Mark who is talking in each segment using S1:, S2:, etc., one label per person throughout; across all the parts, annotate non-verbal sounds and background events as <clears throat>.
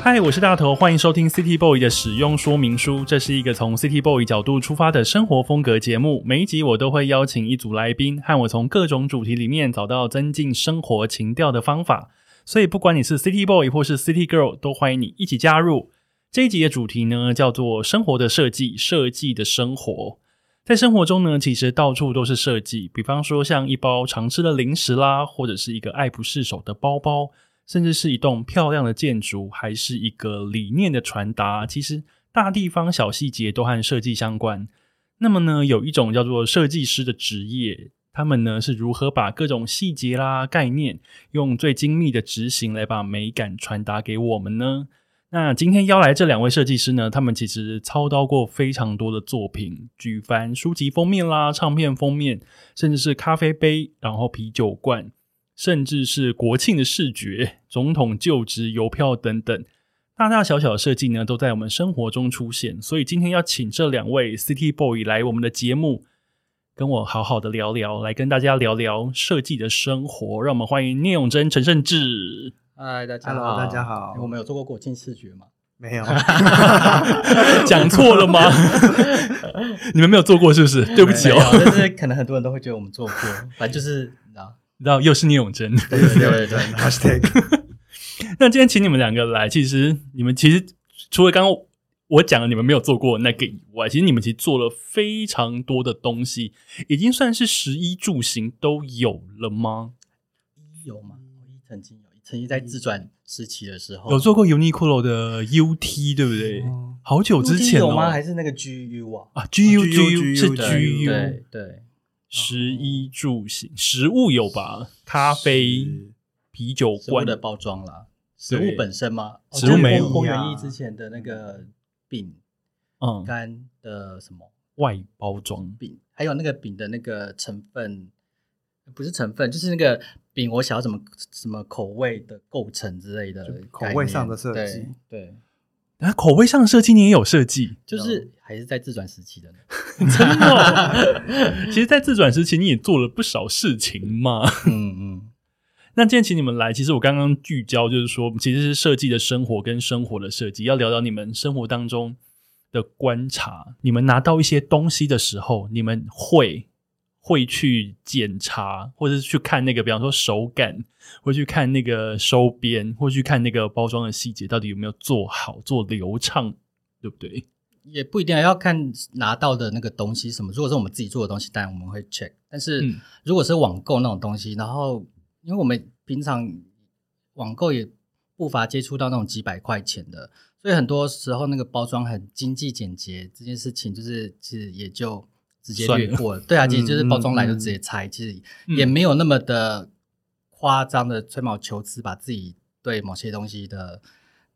S1: 嗨，我是大头，欢迎收听 City Boy 的使用说明书。这是一个从 City Boy 角度出发的生活风格节目。每一集我都会邀请一组来宾，和我从各种主题里面找到增进生活情调的方法。所以，不管你是 City Boy 或是 City Girl，都欢迎你一起加入。这一集的主题呢，叫做“生活的设计，设计的生活”。在生活中呢，其实到处都是设计，比方说像一包常吃的零食啦，或者是一个爱不释手的包包。甚至是一栋漂亮的建筑，还是一个理念的传达，其实大地方小细节都和设计相关。那么呢，有一种叫做设计师的职业，他们呢是如何把各种细节啦、概念，用最精密的执行来把美感传达给我们呢？那今天邀来这两位设计师呢，他们其实操刀过非常多的作品，举凡书籍封面啦、唱片封面，甚至是咖啡杯，然后啤酒罐。甚至是国庆的视觉、总统就职邮票等等，大大小小的设计呢，都在我们生活中出现。所以今天要请这两位 City Boy 来我们的节目，跟我好好的聊聊，来跟大家聊聊设计的生活。让我们欢迎聂永真、陈胜志。
S2: 嗨，大家
S3: Hello，
S2: 好，
S3: 大家好
S2: 欸我们有做过国庆视觉吗？
S3: 没有，
S1: 讲错了吗？ <laughs> 你们没有做过是不是？对不起
S2: 没
S1: 哦。
S2: 有但是可能很多人都会觉得我们做 <laughs> 过，反正就是你知道，
S1: 你知道，又是聂永真。
S2: <laughs> 对
S3: <laughs>
S2: 对对对
S3: hashtag
S1: <laughs> 那今天请你们两个来，其实你们其实除了刚刚我讲的你们没有做过的那个以外，其实你们其实做了非常多的东西，已经算是十一住行都有了吗？
S2: 一有吗？一曾经有，曾经在自传时期的时候
S1: 有做过 Uniqlo 的 UT 对不对？
S3: 哦
S1: 好久之前
S2: 有吗？
S1: 哦
S2: 还。是那个 GU 啊？
S1: 啊，GU
S3: GU
S1: GU 是
S3: 对
S1: GU
S2: 对对，
S1: 十一住行食物有吧？哦咖啡、
S3: 是
S1: 啤酒
S2: 食物
S1: 罐
S2: 的包装啦，食物
S1: 对
S2: 本身吗？哦
S1: 食
S2: 就
S1: 物
S2: 是
S1: 没
S2: 洪
S1: 有
S2: 洪
S3: 呀
S2: 元义之前的那个饼
S1: 嗯，
S2: 干的什么
S1: 外包装
S2: 饼，还有那个饼的那个成分，不是成分，就是那个饼我想要什么什么口味的构成之类的概
S3: 就
S2: 念，
S3: 口味上的设计
S2: 对。对
S1: 啊，口味上的设计你也有设计，
S2: 就是还是在自转时期的
S3: <laughs>
S2: 呢。
S1: <laughs> 真的哦、 <laughs> 其实，在自转时期，你也做了不少事情嘛。 <laughs>
S2: 嗯嗯，
S1: 那今天请你们来，其实我刚刚聚焦就是说，其实是设计的生活跟生活的设计，要聊聊你们生活当中的观察。你们拿到一些东西的时候，你们会会去检查，或者是去看那个，比方说手感，会去看那个收边，或去看那个包装的细节到底有没有做好、做流畅，对不对？
S2: 也不一定啊要看拿到的那个东西什么。如果是我们自己做的东西，当然我们会 check。但是
S1: 嗯
S2: 如果是网购那种东西，然后因为我们平常网购也不乏接触到那种几百块钱的，所以很多时候那个包装很经济简洁，这件事情就是其实也就直接
S1: 算
S2: 略
S1: 了
S2: 过了。对啊，
S3: 嗯
S2: 其实就是包装来就
S3: 嗯
S2: 直接拆，其实
S1: 嗯
S2: 也没有那么的夸张的吹毛求疵，把自己对某些东西的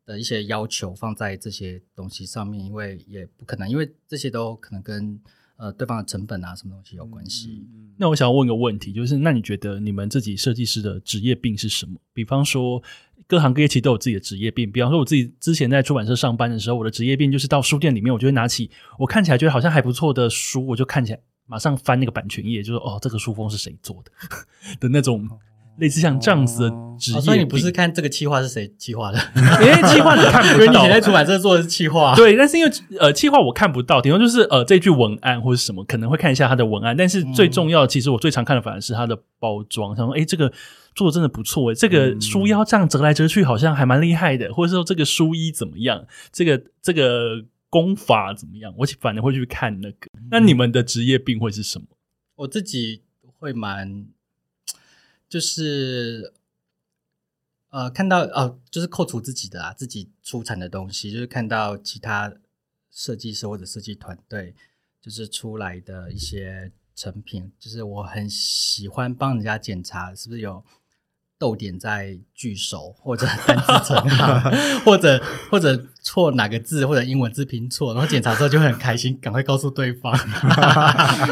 S2: 的一些要求放在这些东西上面，因为也不可能，因为这些都可能跟呃对方的成本啊什么东西有关
S3: 嗯
S2: 系。
S1: 那我想要问个问题，就是那你觉得你们自己设计师的职业病是什么？比方说，各行各业其实都有自己的职业病。比方说，我自己之前在出版社上班的时候，我的职业病就是到书店里面，我就会拿起我看起来觉得好像还不错的书，我就看起来马上翻那个版权页，就是哦，这个书封是谁做的 <laughs> 的那种，类似像这样子的职业
S2: 哦、
S1: 病。
S2: 所以你不是看这个企划是谁企
S1: <laughs>
S2: 划的？
S1: 因为计划你看
S2: 因
S1: 不
S2: 为
S1: 到，
S2: <laughs> 你以前在出版社做的是企划。
S1: 对，但是因为呃，企划我看不到，顶多就是呃这句文案或者什么，可能会看一下它的文案。但
S2: 嗯
S1: 是最重要的，其实我最常看的反而是它的包装，想说，诶，这个做的真的不错，诶，这个
S2: 嗯
S1: 书腰这样折来折去，好像还蛮厉害的，或者说这个书衣怎么样，这个这个功法怎么样，我反而会去看那个。那你们的职业病会是什么？ <laughs>
S2: 我自己会蛮，就是呃，看到哦，就是扣除自己的啊，自己出产的东西，就是看到其他设计师或者设计团队就是出来的一些成品，就是我很喜欢帮人家检查是不是有逗点在句首或者单字乘号，或者或者错哪个字或者英文字拼错，然后检查之后就会很开心，赶快告诉对方。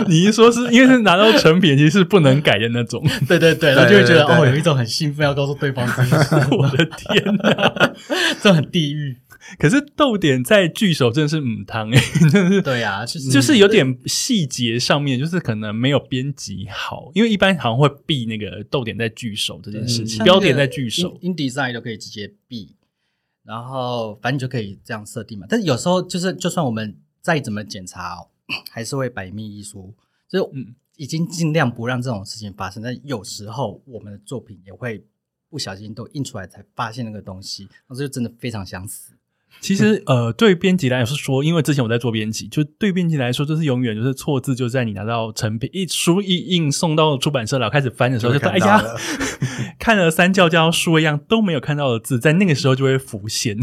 S1: 你一说是因为是拿到成品，其实是不能改的那种。 <laughs>
S2: <laughs> 对对对，然后就会觉
S3: 对
S2: 得
S3: 对对
S2: 哦，有一种很兴奋要告诉对方这件事，
S1: 我的天哪！
S2: <laughs> 这很地狱。
S1: 可是逗点在句首真的是母汤哎，真的是。
S2: 对啊，就
S1: 嗯
S2: 是
S1: 就是有点细节上面，就是可能没有编辑好，因为一般好像会避那个逗点在句首这件事情，
S2: 像
S1: 标
S2: 那
S1: 点
S2: 个
S1: 在句首。
S2: In-，InDesign 都可以直接避，然后反正你就可以这样设定嘛。但是有时候就是，就算我们再怎么检查、 <coughs> 哦，还是会百密一疏，就是
S1: 嗯
S2: 已经尽量不让这种事情发生。但有时候我们的作品也会不小心都印出来，才发现那个东西，那这就真的非常相似。
S1: 其实，
S2: 嗯
S1: 呃，对编辑来说，因为之前我在做编辑，就对编辑来说，就是永远就是错字就在你拿到成品一书一印送到出版社了，开始翻的时候就
S3: 就
S1: 说：“
S3: 会
S1: 哎
S3: 看到
S1: 呀
S3: 了，
S1: <laughs> 看了三教教书一样都没有看到的字，在那个时候就会浮现。”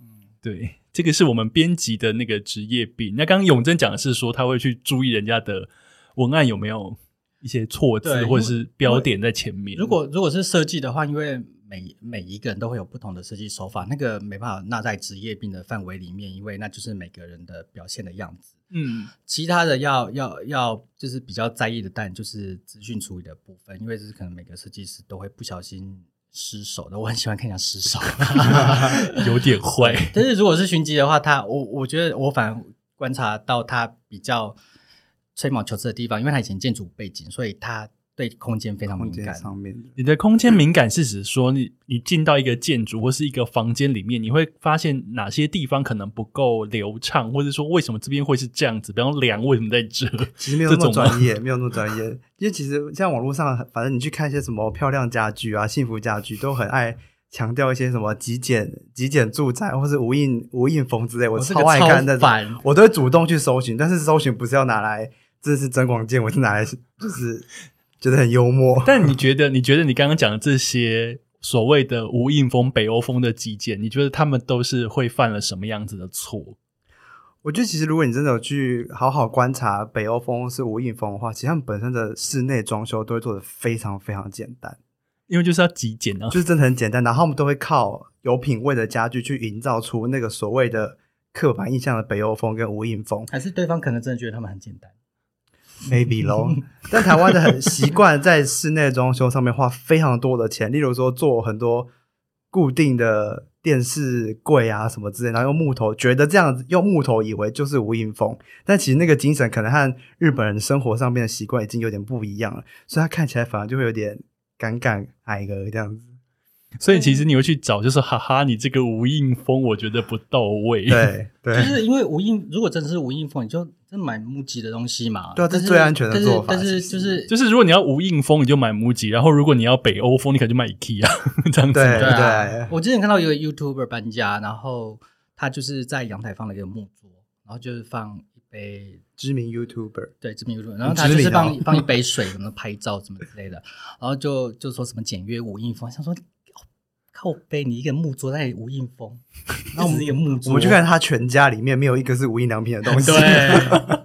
S2: 嗯
S1: <laughs> 对，这个是我们编辑的那个职业病。那刚刚永贞讲的是说，他会去注意人家的文案有没有一些错字
S2: 对
S1: 或者
S2: 因为
S1: 是标点在前面。
S2: 如果如果是设计的话，因为每每一个人都会有不同的设计手法，那个没办法纳在职业病的范围里面，因为那就是每个人的表现的样子。 <laughs>
S1: 嗯，
S2: 其他的要要要就是比较在意的，当然就是资讯处理的部分，因为这是可能每个设计师都会不小心失手的。我很喜欢看人家失
S3: <laughs>
S2: 手，
S1: 有点坏。
S2: 但是如果是寻机的话，他我我觉得我反而观察到他比较吹毛求疵的地方，因为他以前建筑背景，所以他对空间非常
S3: 空
S2: 敏
S3: 间
S2: 感。
S3: 上面的，
S1: 你的空间敏感是指说你，你进到一个建筑或是一个房间里面，你会发现哪些地方可能不够流畅，或者说为什么这边会是这样子，比方说梁为什么在这？
S3: 其实没有那
S1: 这
S3: 么
S1: 种吗
S3: 专业，没有那么专业。 <laughs> 因为其实像网络上，反正你去看一些什么漂亮家居啊、幸福家居，都很爱强调一些什么极简、极简住宅或是无印无印风之类，我
S2: 哦这个
S3: 超爱看那
S2: 超
S3: 种。
S2: 烦
S3: 我都会主动去搜寻，但是搜寻不是要拿来，这是增广见闻，是拿来就是觉得很幽默。
S1: 但你觉得，你觉得你刚刚讲的这些所谓的无印风、北欧风的极简，你觉得他们都是会犯了什么样子的错？
S3: 我觉得其实如果你真的有去好好观察北欧风是无印风的话，其实他们本身的室内装修都会做的非常非常简单，
S1: 因为就是要极简 <laughs> 啊
S3: <laughs> 就，是真的很简单。然后他们都会靠有品味的家具去营造出那个所谓的刻板印象的北欧风跟无印风
S2: 还是对方可能真的觉得他们很简单。
S3: ，maybe 咯。 <laughs> 但台湾的很习惯在室内装修上面花非常多的钱，例如说做很多固定的电视柜啊什么之类，然后用木头，觉得这样子用木头以为就是无印风，但其实那个精神可能和日本人生活上面的习惯已经有点不一样了，所以它看起来反而就会有点尴尬矮个这样子。
S1: 所以其实你会去找，就是哈哈，你这个无印风，我觉得不到位。，
S3: 对
S2: 就
S3: 对，
S2: 是因为无印，如果真的是无印风，你就真买木屐的东西嘛。
S3: 对啊
S2: 但
S3: 这是最安全的
S2: 但是
S3: 做法
S2: 但是就
S3: 其实
S1: <laughs>
S2: 是
S1: 就是是如果你要无印风，你就买 MUJI；然后如果你要北欧风，你可能就买 IKEA <laughs> 这样子。
S3: 对
S2: 对啊
S3: 对。
S2: 我之前看到一个 YouTuber 搬家，然后他就是在阳台放了一个木桌，然后就是放一杯
S3: 知名 YouTuber
S2: 对这边 YouTuber，然后他就
S3: 很知
S2: 是
S3: 名哦
S2: 放、放一杯水，什么拍照什么之类的，然后就就说什么简约无印风，想说靠背你一个木桌在无印风，然后我们一个木桌，
S3: 我们去看他全家里面没有一个是无印良品的东西。嗯
S2: 对。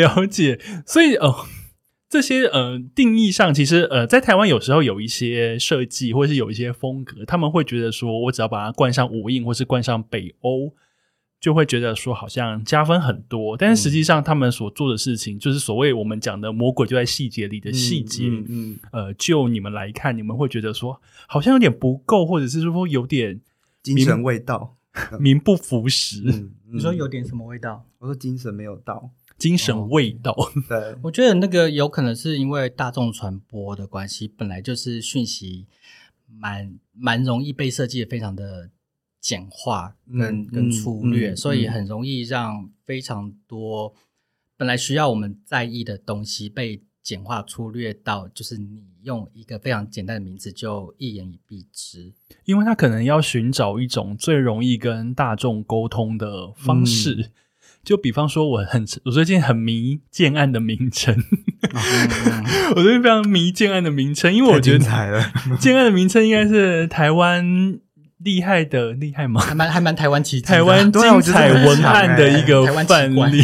S3: <laughs>
S1: 了解，所以呃，这些呃定义上，其实呃，在台湾有时候有一些设计或是有一些风格，他们会觉得说我只要把它冠上无印或是冠上北欧，就会觉得说好像加分很多。但是实际
S3: 嗯
S1: 上，他们所做的事情，就是所谓我们讲的魔鬼就在细节里的细节。
S3: 嗯嗯，
S1: 呃，就你们来看，你们会觉得说好像有点不够，或者是说有点
S3: 精神味道。
S1: 名不符实，
S3: 嗯，
S2: 你说有点什么味道？
S3: 我说精神没有到，
S1: 精
S3: 哦
S1: 神味道。
S3: 对，
S2: 我觉得那个有可能是因为大众传播的关系，本来就是讯息蛮蛮容易被设计的非常的简化跟、
S3: 嗯
S2: 跟
S3: 嗯
S2: 粗略，
S3: 嗯
S2: 所以
S3: 嗯
S2: 很容易让非常多本来需要我们在意的东西被简化粗略到，就是你用一个非常简单的名字就一言以蔽之。
S1: 因为他可能要寻找一种最容易跟大众沟通的
S3: 嗯
S1: 方式。就比方说，我很我最近很迷建案的名称， <laughs>
S3: <laughs>
S1: 我最近非常迷建案的名称，因嗯为我觉得
S3: 太精彩了。
S1: 建案的名称应该是台湾厉害的厉害
S3: <laughs>
S1: 吗？
S2: 还蛮还蛮台湾奇迹的，
S1: 台湾
S3: 对啊
S1: 精
S3: 我觉得
S1: 彩
S3: 很
S1: 文
S3: 强
S1: 案的
S3: 欸
S1: 一个
S2: 台湾奇
S1: 范 <laughs>
S2: 观
S1: 例，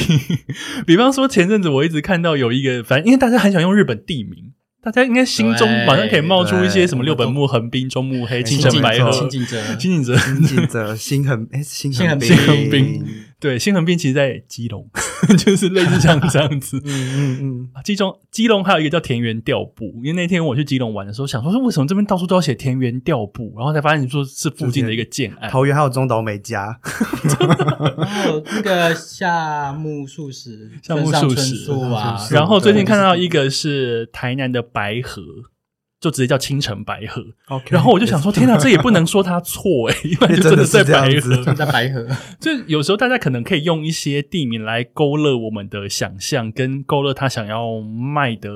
S1: 比方说前阵子我一直看到有一个，反正因为大家很喜欢用日本地名，大家应该心中
S2: 对
S1: 马上可以冒出一些什么
S2: 对
S1: 六本木、横滨、中目黑、
S2: 清
S1: 金
S3: 城
S1: 城白
S3: 哎泽
S1: 鹤、
S2: 清
S1: <laughs>
S2: 近者，
S1: 金井泽，
S3: 金井泽心很哎心
S2: 心
S3: 很
S2: 很
S3: 冰，
S2: 冰
S1: 对，新横滨其实在基隆， <laughs> 就是类似像这样子。
S3: <laughs> 嗯嗯
S1: 啊基隆，基隆还有一个叫田园调布，因为那天我去基隆玩的时候，想说为什么这边到处都要写田园调布，然后才发现说是附近的一个建
S3: 嗯，
S1: 案。
S3: 桃园还有中岛美嘉，
S2: 然后那个夏目漱石、
S1: 夏目漱石
S2: 村上春树
S3: 夏目
S2: 啊
S3: 漱，石
S1: 然后最近看到一
S2: 个，
S1: 个是台南的白河，就直接叫青城白河。
S3: OK，
S1: 哦然后我就想说，天哪，这也不能说它错 <laughs> 诶、因为就
S3: <laughs> 真
S1: 真
S3: 的
S1: 的
S3: 是
S1: 在
S3: 这样
S1: 白
S3: 子
S1: 河。
S2: 在白河，
S1: 就有时候大家可能可以用一些地名来勾勒我们的想象，跟勾勒他想要卖的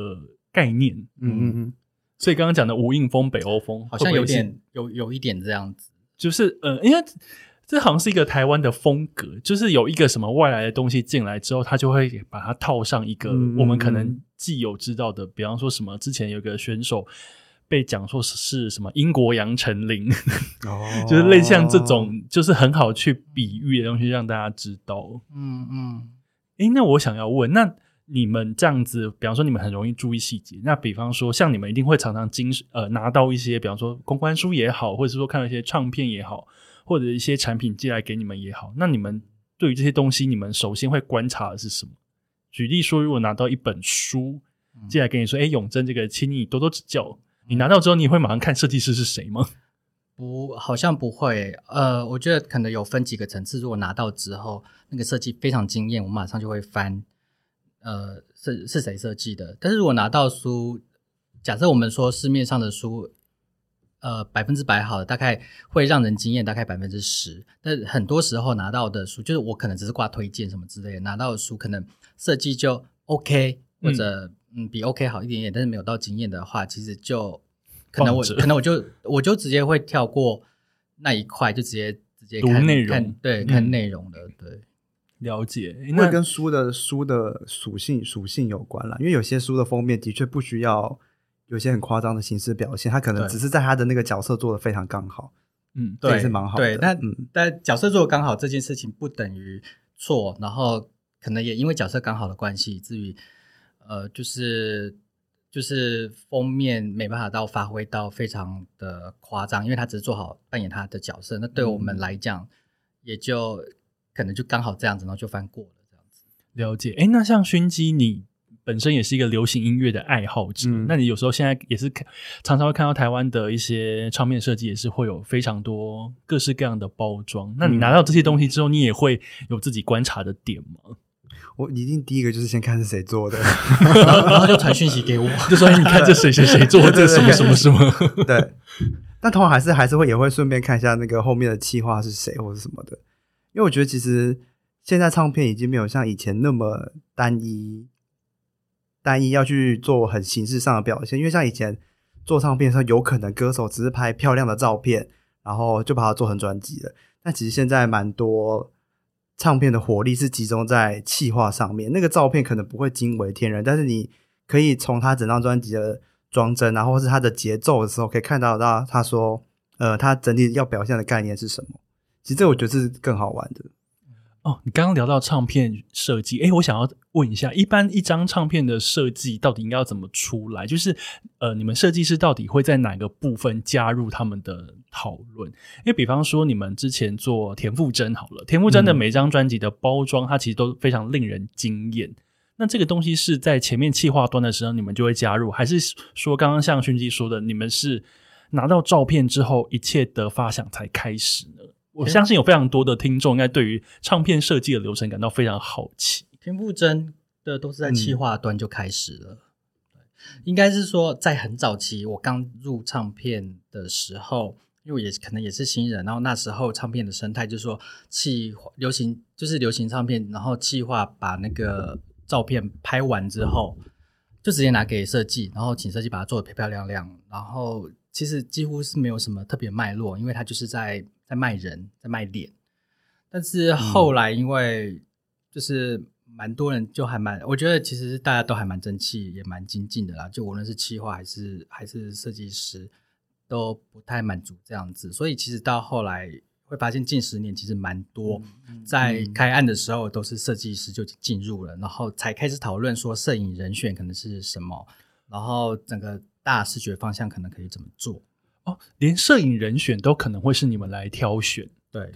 S1: 概念。
S3: 嗯嗯嗯，
S1: 所以刚刚讲的无印风、北欧风，
S2: 好像有
S1: 会不会
S2: 点有有一点这样子。
S1: 是就是呃，因为这好像是一个台湾的风格，就是有一个什么外来的东西进来之后，它就会把它套上一个
S3: 嗯
S1: 我们可能既有知道的，比方说什么之前有个选手。被讲说是是什么英国杨丞琳， <laughs>
S3: 哦
S1: 就是类似像这种，就是很好去比喻的东西，让大家知道。
S2: 嗯嗯，
S1: 诶，那我想要问，那你们这样子，比方说你们很容易注意细节，那比方说像你们一定会常常经呃拿到一些，比方说公关书也好，或者是说看到一些唱片也好，或者一些产品寄来给你们也好，那你们对于这些东西，你们首先会观察的是什么？举例说，如果拿到一本书
S2: 嗯
S1: 寄来给你说，诶，永贞这个，请你多多指教。你拿到之后，你会马上看设计师是谁吗？
S2: 不，好像不会。呃，我觉得可能有分几个层次。如果拿到之后，那个设计非常惊艳，我马上就会翻，呃，是是谁设计的？但是如果拿到书，假设我们说市面上的书，呃，百分之百好的，大概会让人惊艳，大概百分之十。但很多时候拿到的书，就是我可能只是挂推荐什么之类的，拿到的书可能设计就 OK，或者嗯比 OK 好一点点，但是没有到惊艳的话，其实就可能我
S1: 放着
S2: 可能我就我就直接会跳过那一块，就直接直接
S1: 读
S2: 看
S1: 内容
S2: 看对，
S1: 嗯
S2: 看内容的，对，
S1: 了解，诶
S3: 因
S1: 那
S3: 为跟书的书的属性属性有关啦，因为有些书的封面的确不需要有些很夸张的形式表现，它可能
S2: 对
S3: 只是在它的那个角色做的非常刚好，
S1: 嗯，
S3: 这也
S2: 对
S3: 是蛮好的。
S2: 对那
S3: 嗯，
S2: 但角色做得刚好这件事情不等于错，然后可能也因为角色刚好的关系，至于呃，就是就是封面没办法到发挥到非常的夸张，因为他只是做好扮演他的角色，那对我
S1: 嗯
S2: 们来讲、也就可能就刚好这样子，然后就翻过了这样子。
S1: <laughs> 了解，哎，那像熏鸡，你本身也是一个流行音乐的爱好者，
S3: 嗯
S1: 那你有时候现在也是看，常常会看到台湾的一些唱片设计也是会有非常多各式各样的包装。
S3: 嗯
S1: 那你拿到这些东西之后，你也会有自己观察的点吗？ <laughs>
S3: 我一定第一个就是先看是谁做的，
S2: 然后然后就传讯息给我， <laughs>
S1: 就说哎你看这谁谁谁做的，这
S3: 对对
S1: 什么什么什么，
S3: <laughs> 对。但通常还是还是会也会顺便看一下那个后面的企划是谁或者什么的，因为我觉得其实现在唱片已经没有像以前那么单一，单一要去做很形式上的表现，因为像以前做唱片的时候，有可能歌手只是拍漂亮的照片，然后就把它做成专辑了。但其实现在蛮多唱片的活力是集中在企划上面，那个照片可能不会惊为天人，但是你可以从他整张专辑的装帧啊，然后是他的节奏的时候，可以看到到他说，呃，他整体要表现的概念是什么。其实这我觉得是更好玩的。
S1: 哦，你刚刚聊到唱片设计，哎，我想要问一下，一般一张唱片的设计到底应该要怎么出来？就是呃，你们设计师到底会在哪个部分加入他们的讨论？因为比方说，你们之前做田馥甄好了，田馥甄的
S3: 嗯
S1: 每张专辑的包装，它其实都非常令人惊艳。那这个东西是在前面企划端的时候，你们就会加入，还是说刚刚像勋基说的，你们是拿到照片之后，一切的发想才开始呢？我相信有非常多的听众应该对于唱片设计的流程感到非常好奇。
S2: 田馥甄的都是在企划端就开始了，对应该是说在很早期，我刚入唱片的时候，因为我也可能也是新人，然后那时候唱片的生态就是说企划流行就是流行唱片，然后企划把那个照片拍完之后，就直接拿给设计，然后请设计把它做的漂漂亮亮，然后其实几乎是没有什么特别脉络，因为它就是在在卖人，在卖脸。但是后来因为就是蛮多人就还蛮，我觉得其实大家都还蛮争气，也蛮精进的啦。就无论是企划还是还是设计师，都不太满足这样子。所以其实到后来会发现，近十年其实蛮多、在开案的时候都是设计师就进入了，然后才开始讨论说摄影人选可能是什么，然后整个大视觉方向可能可以怎么做。
S1: 哦，连摄影人选都可能会是你们来挑选。
S2: 对，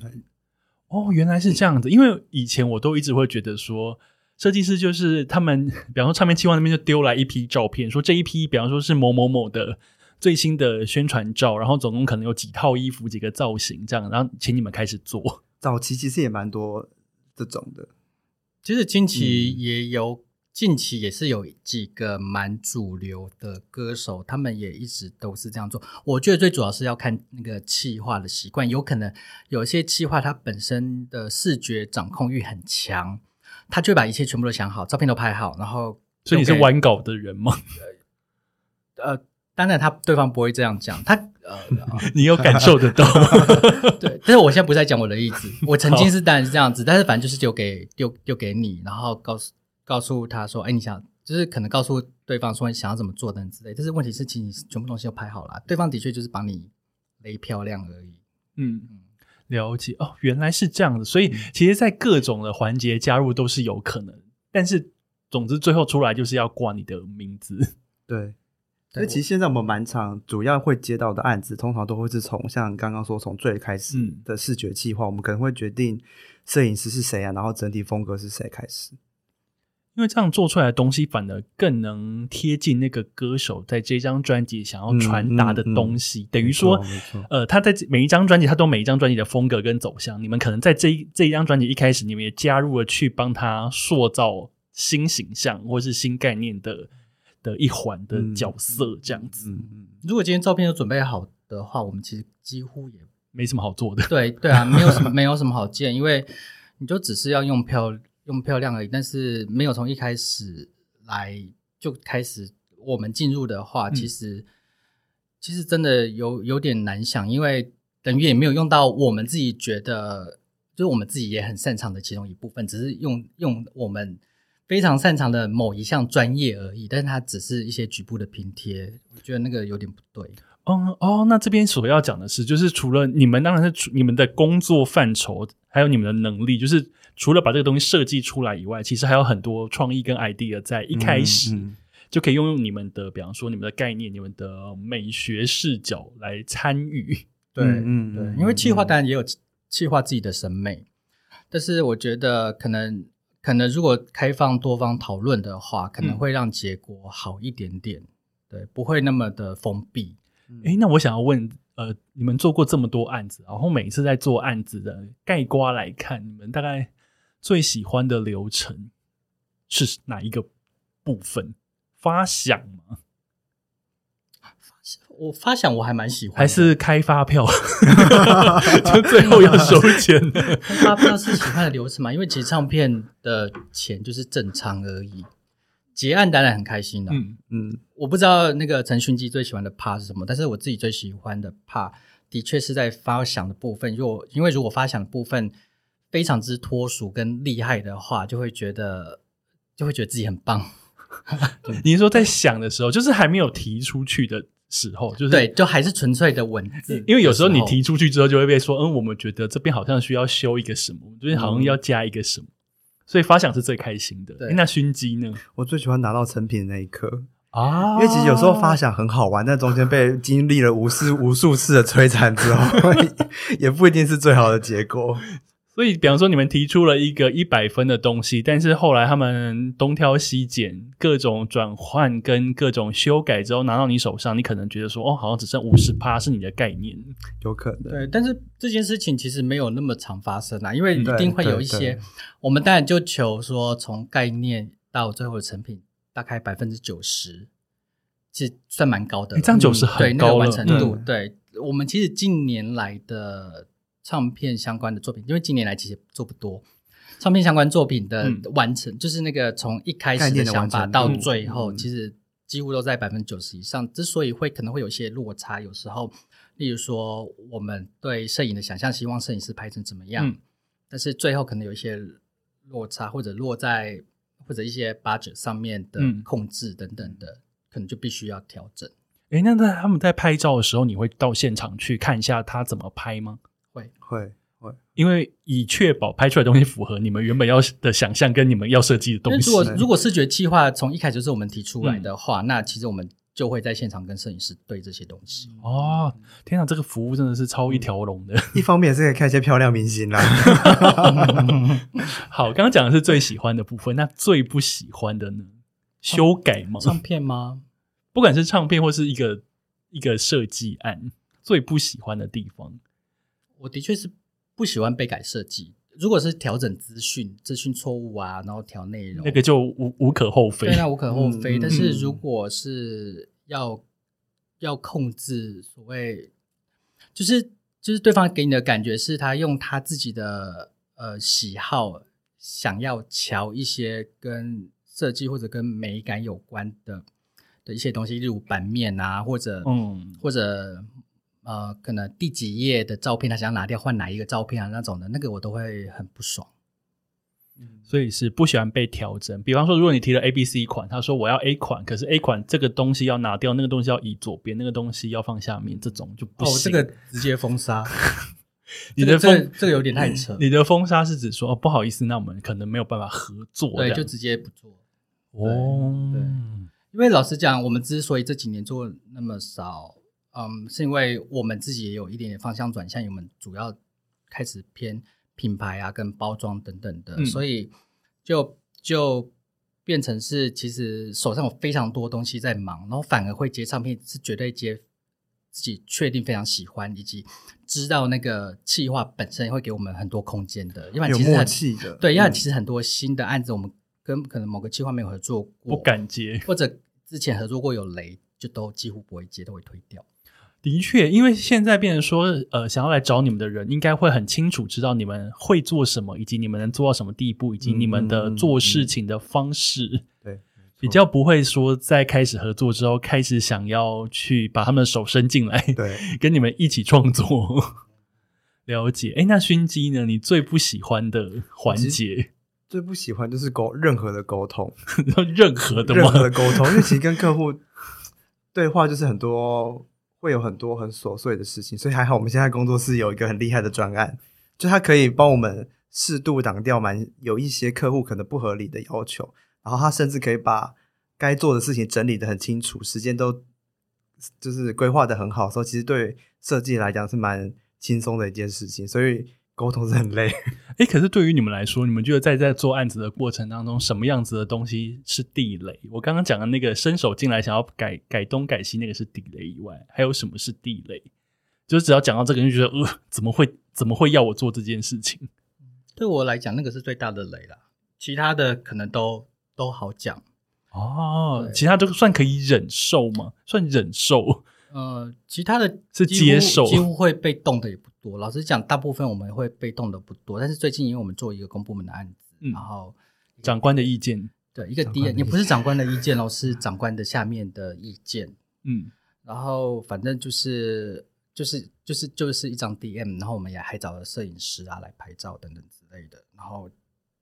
S1: 哦，原来是这样子，因为以前我都一直会觉得说，设计师就是他们，比方说唱片企划那边就丢来一批照片，说这一批，比方说是某某某的最新的宣传照，然后总共可能有几套衣服、几个造型这样，然后请你们开始做。
S3: 早期其实也蛮多这种的，
S2: 其实近期
S1: 嗯
S2: 也有，近期也是有几个蛮主流的歌手，他们也一直都是这样做。我觉得最主要是要看那个企划的习惯，有可能有一些企划它本身的视觉掌控欲很强，他就会把一切全部都想好，照片都拍好，然后
S1: 所以你是
S2: 就给
S1: 玩稿的人吗？ <laughs>
S2: 呃，当然他对方不会这样讲，他
S1: <laughs>
S2: 呃。
S1: 你有感受得到？
S2: 对，但是我现在不是在讲我的例子，我曾经是当然是这样子，但是反正就是丢给丢丢给你，然后告诉告诉他说，哎，你想就是可能告诉对方说你想要怎么做等之类，但是问题是，其实你全部东西都拍好了，啊对方的确就是把你勒漂亮而已。
S1: 嗯，了解哦，原来是这样子，所
S3: 嗯
S1: 以其实，在各种的环节加入都是有可能，但是总之最后出来就是要挂你的名字。 <laughs>
S3: 对。所
S2: 对
S3: 以其实现在我们满场主要会接到的案子，通常都会是从像刚刚说从最开始
S1: 嗯
S3: 的视觉计划，我们可能会决定摄影师是谁啊，然后整体风格是谁开始。
S1: 因为这样做出来的东西，反而更能贴近那个歌手在这张专辑想要传达的东西。等于说
S3: 嗯没错没错，
S1: 呃，他在这每一张专辑，他都有每一张专辑的风格跟走向。你们可能在这一这一张专辑一开始，你们也加入了去帮他塑造新形象或是新概念的的一环的
S3: 嗯
S1: 角色，这样子、
S3: 嗯嗯，
S2: 如果今天照片都准备好的话，我们其实几乎也
S1: 没什么好做的。
S2: 对对啊，没有什么没有什么好见，因为你就只是要用漂用漂亮而已，但是没有从一开始来就开始我们进入的话，
S1: 嗯
S2: 其实、其实真的有有点难想，因为等于也没有用到我们自己觉得就是我们自己也很擅长的其中一部分，只是用用我们。非常擅长的某一项专业而已，但是它只是一些局部的拼贴，我觉得那个有点不对。
S1: 嗯哦，那这边所要讲的是，就是除了你们当然是除你们的工作范畴，还有你们的能力，就是除了把这个东西设计出来以外，其实还有很多创意跟 idea 在一开始、
S3: 嗯
S1: 就可以用用你们的，比方说你们的概念、你们的美学视角来参与。
S2: 对，
S3: 嗯嗯
S2: 对
S3: 嗯，
S2: 因为企划
S3: 嗯
S2: 当然也有企企划自己的审美，但是我觉得可能可能如果开放多方讨论的话，可能
S1: 嗯
S2: 会让结果好一点点，对，不会那么的封闭。
S3: 嗯
S1: 诶，那我想要问，呃，你们做过这么多案子，然后每一次在做案子的概括来看，你们大概最喜欢的流程是哪一个部分？发想吗？
S2: 我发想我还蛮喜欢的，
S1: 还是开发
S3: <laughs>
S1: 票？就最后要收钱？
S2: 发票是喜欢的流程嘛？因为其实唱片的钱就是正常而已，结案当然很开心的、啊
S1: 嗯，
S3: <laughs> 嗯
S2: 我不知道那个陈勋基最喜欢的 part 是什么，但是我自己最喜欢的 part 的确是在发想的部分。如果因为如果发想的部分非常之脱俗跟厉害的话，就会觉得就会觉得自己很棒，
S1: 嗯你是说在想的时候，就是还没有提出去的时候，就是
S2: 对，就还是纯粹的文字。
S1: 因为有时候你提，出去之后，就会被说，嗯，我们觉得这边好像需要修一个什么，我们这边好
S3: 嗯
S1: 像要加一个什么，所以发想是最开心的。
S2: 对
S1: 诶那熏鸡呢？
S3: 我最喜欢拿到成品的那一刻，
S2: 哦
S1: 啊，
S3: 因为其实有时候发想很好玩，但中间被
S2: <laughs>
S3: 经历了无数无数次的摧残之后， <laughs> 也不一定是最好的结果。
S1: 所以比方说你们提出了一个一百分的东西，但是后来他们东挑西拣，各种转换跟各种修改之后拿到你手上，你可能觉得说，哦，好像只剩五十趴是你的概念，
S3: 有可能，
S2: 对，但是这件事情其实没有那么常发生啊，
S1: 嗯
S2: 因为一
S3: 对
S2: 定会有一些
S3: 对对，
S2: 我们当然就求说从概念到最后的成品大概百分之九十，其实算蛮高的
S1: 诶
S2: 了。嗯
S1: 这样九十
S2: 对
S1: 很
S2: 那个
S1: 高了。
S2: 完成度，
S3: 嗯
S2: 对我们其实近年来的唱片相关的作品，因为近年来其实做不多，唱片相关作品的
S1: 嗯
S2: 完成，就是那个从一开
S3: 概
S2: 始
S3: 念的
S2: 想
S3: 完
S2: 法
S3: 成
S2: 到
S3: 度
S2: 最后，
S3: 嗯
S2: 其实几乎都在百分之九十以上。之所以会可能会有一些落差，有时候，例如说我们对摄影的想象，希望摄影师拍成怎么样，
S1: 嗯
S2: 但是最后可能有一些落差，或者落在或者一些 budget 上面的
S1: 嗯
S2: 控制等等的，可能就必须要调整。
S1: 诶，那在他们在拍照的时候，你会到现场去看一下他怎么拍吗？
S3: 会会
S1: 因为以确保拍出来的东西符合你们原本要的想象跟你们要设计的
S2: 因为
S1: 东西
S2: 如。果如果视觉计划从一开始就是我们提出
S3: 嗯
S2: 来的话，那其实我们就会在现场跟摄影师对这些东西。
S1: 哦，天啊，这个服务真的是超一条龙的。
S3: 一方面也是可以看一些漂亮明
S2: <laughs>
S3: 星啦，嗯 <laughs>
S2: 嗯
S1: <laughs> 好，刚刚讲的是最喜欢的部分，那最不喜欢的呢？修改吗？
S2: 唱片吗？
S1: 不管是唱片或是一个一个设计案，最不喜欢的地方，
S2: 我的确是不喜欢被改设计。如果是调整资讯、资讯错误啊，然后调内容，
S1: 那个就无无可厚非
S2: 对。啊那无可厚非。
S3: 嗯
S2: 但是如果是要要控制所谓，就是就是对方给你的感觉是他用他自己的呃喜好，想要瞧一些跟设计或者跟美感有关的的一些东西，例如版面啊，或者
S1: 嗯，
S2: 或者呃，可能第几页的照片，他想要拿掉换哪一个照片啊那种的，那个我都会很不爽。
S1: 所以是不喜欢被调整。比方说，如果你提了 A、B、C 款，他说我要 A 款，可是 A 款这个东西要拿掉，那个东西要移左边，那个东西要放下面，这种就不
S2: 哦，这
S1: 行。
S2: 个直接封 <laughs> 杀，
S1: 你的
S2: 这个这
S1: 封
S2: 个这个有点太
S1: <laughs>
S2: 扯，
S1: 你的封杀是指说哦，不好意思，那我们可能没有办法合作这
S2: 对，
S1: 样。
S2: 就直接不做。
S1: 哦，
S2: 对因为老实讲，我们之所以这几年做那么少，嗯，是因为我们自己也有一点点方向转向，我们主要开始偏品牌啊、跟包装等等的，
S1: 嗯
S2: 所以就就变成是其实手上有非常多东西在忙，然后反而会接唱片是绝对接自己确定非常喜欢以及知道那个企划本身会给我们很多空间的，因为
S3: 有
S2: 其实
S3: 默
S2: 很
S3: 契的。
S2: 对，因为
S3: 嗯
S2: 其实很多新的案子我们跟可能某个企划没有合作
S1: 不
S2: 过，
S1: 敢接。
S2: 或者之前合作过有雷，就都几乎不会接，都会推掉。
S1: 的确，因为现在变成说，呃，想要来找你们的人，应该会很清楚知道你们会做什么，以及你们能做到什么地步，以及你们的
S3: 嗯嗯
S1: 做事情的方式，
S3: 对，
S1: 比较不会说在开始合作之后，开始想要去把他们的手伸进来，
S3: 对，
S1: <laughs> 跟你们一起创作。了解，哎，那熏鸡呢？你最不喜欢的环节， <laughs>
S3: 最不喜欢就是沟任何的沟通，
S1: 任何的
S3: 任何的
S1: 吗？
S3: 沟通，因为其实跟客户 <laughs> 对话就是很多会有很多很琐碎的事情，所以还好我们现在工作室有一个很厉害的专案，就它可以帮我们适度挡掉蛮有一些客户可能不合理的要求，然后它甚至可以把该做的事情整理的很清楚，时间都就是规划的很好，所以其实对设计来讲是蛮轻松的一件事情，所以沟通是很累。
S1: 哎，可是对于你们来说，你们觉得在在做案子的过程当中，什么样子的东西是地雷？我刚刚讲的那个伸手进来想要改改东改西，那个是地雷以外，还有什么是地雷？就是只要讲到这个，你就觉得呃，怎么会怎么会要我做这件事情？
S2: 对我来讲，那个是最大的雷啦，其他的可能都都好讲。
S1: 哦
S2: 对，
S1: 其他都算可以忍受吗？算忍受，
S2: 呃，其他的
S1: 是
S2: 几乎
S1: 接受
S2: 几乎会被动的也不多。老实讲，大部分我们会被动的不多，但是最近因为我们做一个公部门的案子，
S1: 嗯
S2: 然后
S1: 长官的意见，
S2: 对一个
S3: 长
S2: D
S3: 官的
S2: 也
S3: 意
S2: 不是长官的意见哦，是长官的下面的意见。
S1: 嗯，
S2: 然后反正就是就是就是就是一张 DM，然后我们也还找了摄影师啊来拍照等等之类的，然后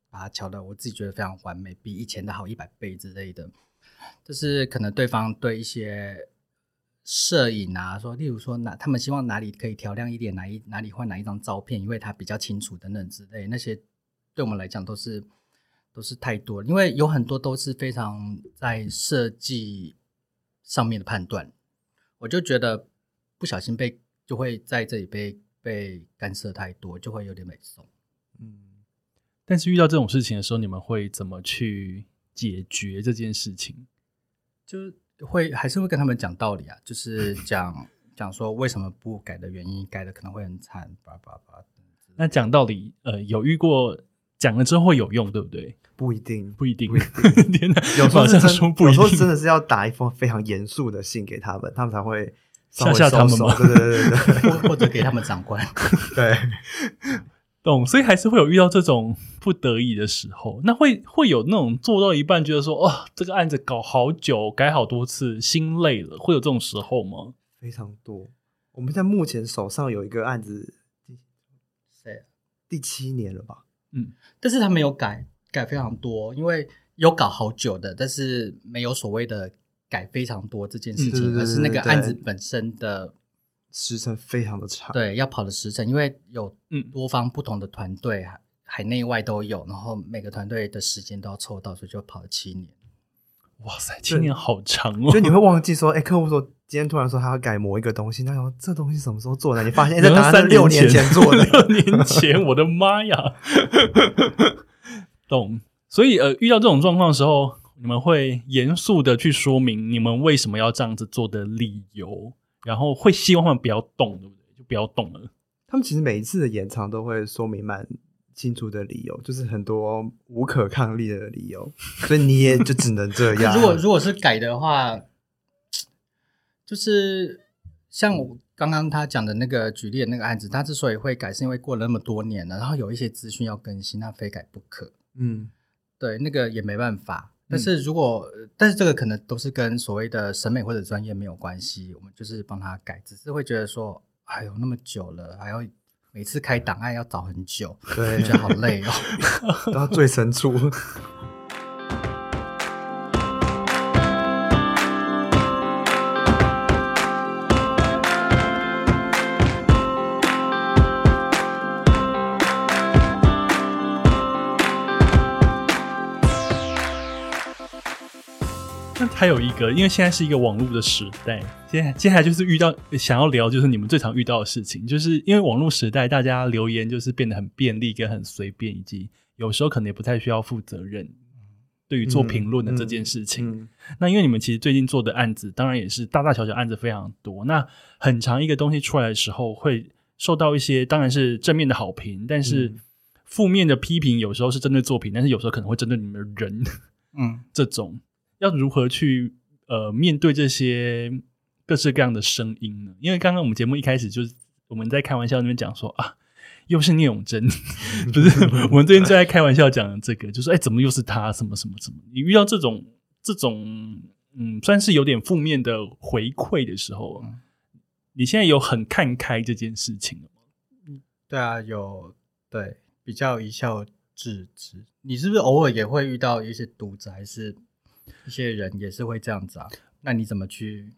S2: 把它调的我自己觉得非常完美，比以前的好一百倍之类的。就是可能对方对一些摄影啊，说例如说哪他们希望哪里可以调亮一点，哪一哪里换哪一张照片，因为它比较清楚等等之类，那些对我们来讲都是都是太多了，因为有很多都是非常在设计上面的判断，我就觉得不小心被就会在这里被被干涉太多，就会有点美松。
S3: 嗯。
S1: 但是遇到这种事情的时候，你们会怎么去解决这件事情？
S2: 就是会还是会跟他们讲道理啊，
S3: <laughs>
S2: 就是讲讲说为什么不改的原因，改的可能会很惨，叭叭叭。
S1: 那讲道理，呃，有遇过讲了之后会有用，对不对？
S3: 不一定，
S1: 不一定
S3: 不一。
S1: <laughs> 天哪，
S3: 有时候
S1: 马
S3: 是
S1: 上
S3: 真，
S1: 说不
S3: 有
S1: 一
S3: 时候
S1: 定
S3: 真。的是要打一封非常严肃的信给他们，他们才会稍微
S1: 吓吓他们
S3: 收手
S1: 吗
S3: 对对对对
S2: 或或者给他们长
S3: <laughs>
S2: 官，
S3: 对，
S1: 懂，所以还是会有遇到这种不得已的时候。那会会有那种做到一半，觉得说，哦，这个案子搞好久，改好多次，心累了，会有这种时候吗？
S3: 非常多。我们现在目前手上有一个案子，
S2: 谁？
S3: 第七年了吧？
S2: 但是他没有改，改非常多，因为有搞好久的，但是没有所谓的改非常多这件事
S3: 嗯对对
S2: 情，
S3: 对
S2: 而是那个
S3: 对
S2: 案子本身的
S3: 时程非常的长。，
S2: 对，要跑的时程，因为有
S1: 嗯
S2: 多方不同的团队，海海内外都有，然后每个团队的时间都要凑到，所以就跑了七年。
S1: 哇塞，今年好长哦
S3: 就！你会忘记说，哎，客户说今天突然说他要改某一个东西，那说这东西什么时候 <laughs> 做的？你发现，哎，这
S1: 好
S3: 答
S1: 像
S3: 案是
S1: 三
S3: 六年
S1: 前
S3: 前做的。
S1: <laughs>
S3: <laughs>
S1: 六年前，我的妈呀！懂。所以呃，遇到这种状况的时候，你们会严肃的去说明你们为什么要这样子做的理由，然后会希望他们不要动，对不对？就不要动了。
S3: 他们其实每一次的延长都会说明蛮清楚的理由，就是很多无可抗力的理由，所以你也就只能这
S2: <laughs>
S3: 样。
S2: 如果如果是改的话，就是像我刚刚他讲的那个举例的那个案子，他之所以会改，是因为过了那么多年了，然后有一些资讯要更新，那非改不可。
S3: 嗯，
S2: 对，那个也没办法。
S1: 嗯
S2: 但是如果，呃但是这个可能都是跟所谓的审美或者专业没有关系，我们就是帮他改，只是会觉得说，哎呦，那么久了，还要每次开档案要找很久，<laughs>
S3: 对
S2: 就觉得好累哦。
S3: <laughs> 到最深处。
S1: 那还有一个，因为现在是一个网络的时代，接下接下来就是遇到想要聊，就是你们最常遇到的事情，就是因为网络时代，大家留言就是变得很便利跟很随便，以及有时候可能也不太需要负责任。对于做
S3: 嗯
S1: 评论的这
S3: 嗯
S1: 件事情，
S3: 嗯，
S1: 那因为你们其实最近做的案子，当然也是大大小小案子非常多。那很长一个东西出来的时候，会受到一些当然是正面的好评，但是
S3: 嗯
S1: 负面的批评有时候是针对作品，但是有时候可能会针对你们的人。
S2: 嗯，
S1: 这种要如何去呃面对这些各式各样的声音呢？因为刚刚我们节目一开始就是我们在开玩笑那边讲说啊，又是聂永贞， <laughs> 不是我们最近最爱开玩笑讲的这个，就是哎、怎么又是他，什么什么什么？你遇到这种这种嗯，算是有点负面的回馈的时候，
S2: 嗯
S1: 你现在有很看开这件事情了吗
S2: <laughs> 对啊，有对比较一笑置之。你是不是偶尔也会遇到一些读者，还是一些人也是会这样子啊？那你怎么去？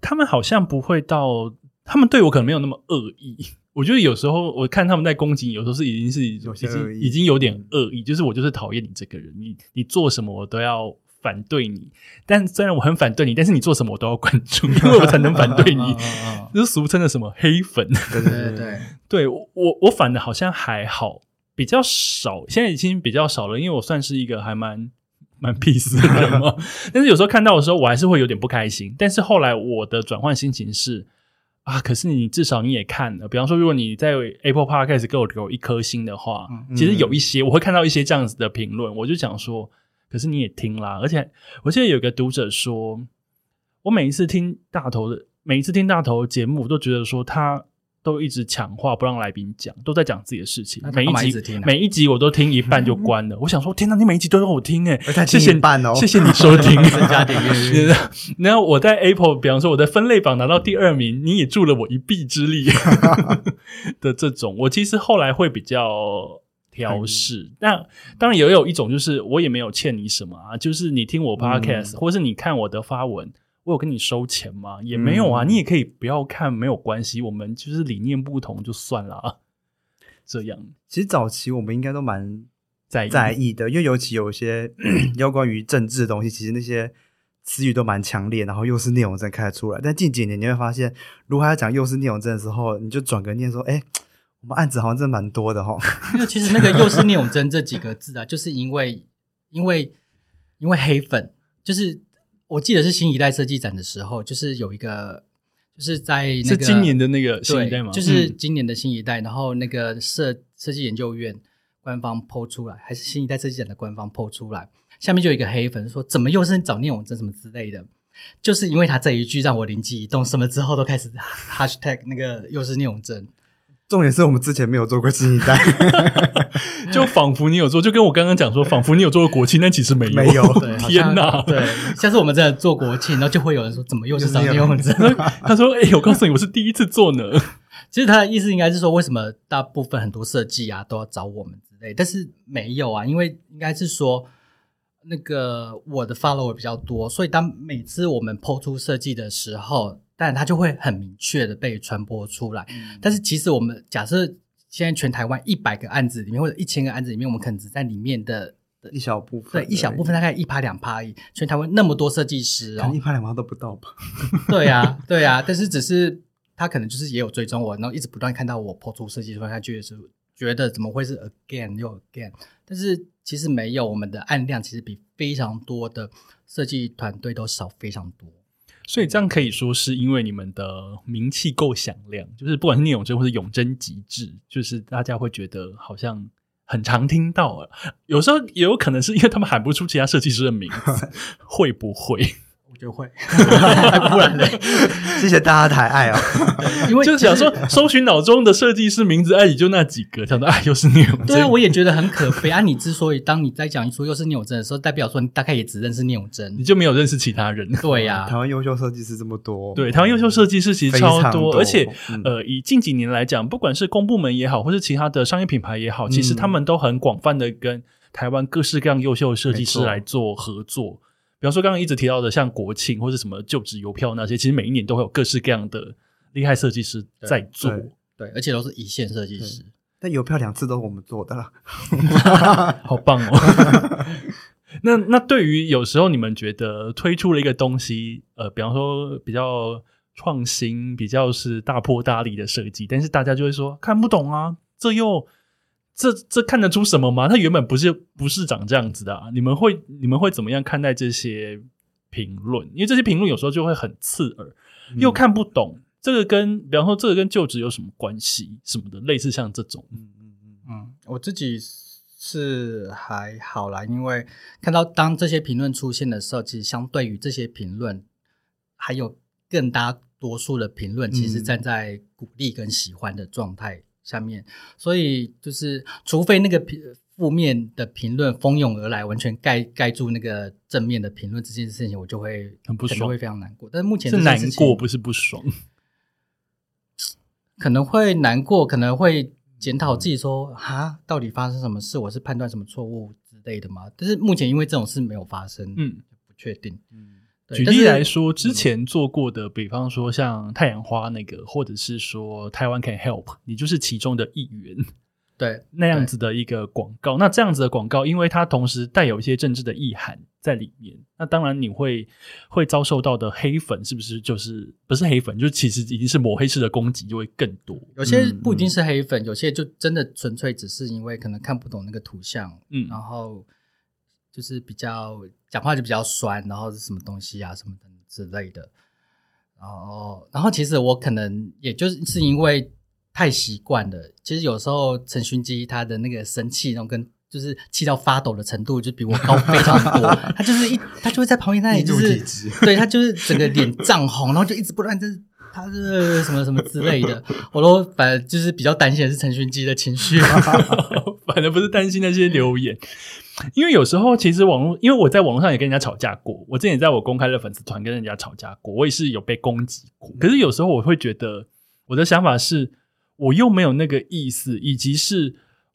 S1: 他们好像不会到，他们对我可能没有那么恶意。 <laughs> 我觉得有时候我看他们在攻击你，有时候是已经是已
S3: 有些恶
S1: 经
S3: 意
S1: 已经有点恶意，就是我就是讨厌你这个人，你你做什么我都要反对你。但虽然我很反对你，但是你做什么我都要关注，因为我才能反对
S3: <laughs>
S1: 你
S2: 嗯。
S1: <laughs>
S2: 嗯嗯
S1: 这是俗称的什么黑粉？
S3: 对
S2: 对
S3: 对
S2: 对
S3: 对，
S2: 对，
S1: 对我我我反的好像还好，比较少，现在已经比较少了，因为我算是一个还蛮蛮 peace 的人
S2: <laughs>
S1: 嘛。但是有时候看到的时候，我还是会有点不开心。但是后来我的转换心情是啊，可是你至少你也看了，比方说，如果你在 Apple Podcast 给我留一颗星的话，
S2: 嗯
S1: 其实有一些我会看到一些这样子的评论，我就想说，可是你也听啦，而且我记得有个读者说，我每一次听大头的，每一次听大头的节目，我都觉得说他都一直强化不让来宾讲，都在讲自己的事情
S2: 那。他
S1: 每
S2: 干嘛
S1: 集
S2: 一直听啊
S1: 每一集我都听一半就关了。我想说，天哪，你每一集都让我听哎、
S3: 而且还
S1: 谢
S3: 听
S1: 谢
S3: 一半哦
S1: 谢谢你收
S3: <laughs>
S1: 听，
S2: 增加点阅率。
S1: <laughs> 然后我在 Apple，比方说我在分类榜拿到第二名，你也助了我一臂之
S3: <laughs>
S1: 力的这种，我其实后来会比较调试。那当然也有一种就是我也没有欠你什么啊，就是你听我
S3: 嗯
S1: Podcast，、或是你看我的发文。我有跟你收钱吗？也没有啊，
S3: 嗯
S1: 你也可以不要看，没有关系，我们就是理念不同就算了啊。这样
S3: 其实早期我们应该都蛮
S1: 在意
S3: 在意的，因为尤其有一些 <clears throat> 有关于政治的东西，其实那些词语都蛮强烈，然后又是聂永真开得出来。但近几年你会发现，如果他讲又是聂永真的时候，你就转个念说，哎、我们案子好像真的蛮多的哦
S2: <laughs>
S3: 哈。
S2: 因为其实那个又是聂永真这几个字啊， <laughs> 就是因为因为因为黑粉，就是我记得是新一代设计展的时候，就是有一个就是在那
S1: 是
S2: 个
S1: 今年的那个新一代吗？
S2: 对就是今年的新一代，然后那个设设计研究院官方抛出来，还是新一代设计展的官方抛出来，下面就有一个黑粉说怎么又是找聂永真什么之类的。就是因为他这一句让我灵机一动，什么之后都开始 hashtag 那个又是聂永真，
S3: <laughs> 重点是我们之前没有做过新一代，
S1: <laughs> 就仿佛你有做，就跟我刚刚讲说，仿佛你有做过国庆，但其实没有。
S3: 没有
S2: 对，
S1: <laughs>
S2: 好
S1: 天
S2: 像
S1: 哪！
S3: 啊
S2: 对，下次我们真的做国庆，然后就会有人说，怎么又是找聂永
S3: <laughs>
S2: 贞？
S1: 他说：“哎、我告诉你，我是第一次做呢。
S2: <laughs>
S1: <laughs>
S2: 其实他的意思应该是说，为什么大部分很多设计啊都要找我们之类，但是没有啊，因为应该是说那个我的 follow 比较多，所以当每次我们抛出设计的时候，但它就会很明确的被传播出来。
S3: 嗯
S2: 但是其实我们假设现在全台湾一百个案子里面，或者一千个案子里面，我们可能只在里面的的
S3: <laughs> 一小部分
S2: 对
S3: 而已，
S2: 一小部分，大概一趴两趴而已。全台湾那么多设计师
S3: 可
S2: 哦
S3: 能一，拍两趴都不到吧。
S2: <laughs> 对啊，对啊，但是只是他可能就是也有追踪我，然后一直不断看到我抛出设计出来，他觉得是觉得怎么会是 again 又 again，但是其实没有，我们的案量其实比非常多的设计团队都少非常多。
S1: 所以这样可以说是因为你们的名气够响亮，就是不管是聂永贞或是永贞极致，就是大家会觉得好像很常听到了。有时候也有可能是因为他们喊不出其他设计师的名
S2: <laughs>
S1: 字，会不会？
S2: 我觉得会， <laughs> 不然嘞，
S3: <laughs> 谢谢大家抬爱哦，
S2: 因为
S1: 就
S2: 其实
S1: 想说搜寻脑中的设计师名字，哎，也就那几个，想到哎，又是聂永贞。
S2: 对啊，我也觉得很可悲 <laughs> 啊。你之所以当你在讲说又是聂永贞的时候，代表说你大概也只认识聂永贞
S1: 你。就没有认识其 <laughs> 他人。
S2: 对啊呀、
S3: 台湾优秀设计师这么多，
S1: 对，台湾优秀设计师其实超
S3: 非常多
S1: 而且、
S3: 嗯
S1: 呃，以近几年来讲，不管是公部门也好，或是其他的商业品牌也好，其实
S3: 嗯
S1: 他们都很广泛的跟台湾各式各样优秀的设计师
S3: 没错
S1: 来做合作。比方说刚刚一直提到的，像国庆或是什么就职邮票那些，其实每一年都会有各式各样的厉害设计师在做。
S3: 对
S2: 对，而且都是一线设计师。
S3: 但邮票两次都是我们做的啦。
S1: 好棒哦！那那对于有时候你们觉得推出了一个东西，呃，比方说比较创新、比较是大破大立的设计，但是大家就会说看不懂啊，这又这这看得出什么吗？它原本不是不是长这样子的、啊，你们会你们会怎么样看待这些评论？因为这些评论有时候就会很刺耳，嗯
S3: 嗯
S1: 又看不懂。这个跟比方说这个跟就职有什么关系什么的，类似像这种，
S3: 嗯嗯嗯嗯，
S2: 嗯，我自己是还好啦，因为看到当这些评论出现的时候，其实相对于这些评论，还有更大多数的评论，其实
S3: 嗯
S2: 站在鼓励跟喜欢的状态下面，所以就是除非那个评。负面的评论蜂拥而来，完全盖盖住那个正面的评论这件事情，我就会
S1: 很不
S2: 可能
S1: 爽
S2: 会非常难过。但是目前
S1: 是
S2: 这件
S1: 难
S2: 事
S1: 过
S2: 情
S1: 不是不爽。
S2: 可能会难过，可能会检讨
S1: 嗯
S2: 自己说啊，到底发生什么事？我是判断什么错误之类的嘛？但是目前因为这种事没有发生，
S1: 嗯，
S2: 不确定。对
S1: 举
S2: 但
S1: 例
S2: 是嗯
S1: 来说，之前做过的，比方说像太阳花那个，或者是说台湾 Can Help，你就是其中的一员
S2: 对
S1: 那样子的一个广告。那这样子的广告，因为它同时带有一些政治的意涵在里面，那当然你会会遭受到的黑粉是不是就是不是黑粉，就其实已经是抹黑式的攻击就会更多。
S2: 有些
S3: 嗯
S2: 不一定是黑粉，有些就真的纯粹只是因为可能看不懂那个图像，
S1: 嗯，
S2: 然后就是比较讲话就比较酸，然后是什么东西啊什么的之类的。然后，然后其实我可能也就是是因为太习惯了，其实有时候陈勋基他的那个生气那种跟。就是气到发抖的程度，就比我高非常多。他就是一，他就会在旁边那里，就
S3: 易怒
S2: 是
S3: 体质
S2: 对他就是整个脸涨红，然后就一直不断就是他是什么什么之类的。我都反正就是比较担心的是陈勋基的情绪。
S1: <laughs> 反正不是担心那些留言，因为有时候其实网络，因为我在网络上也跟人家吵架过，我之前也在我公开的粉丝团跟人家吵架过，我也是有被攻击过。
S3: 嗯
S1: 可是有时候我会觉得，我的想法是，我又没有那个意思，以及是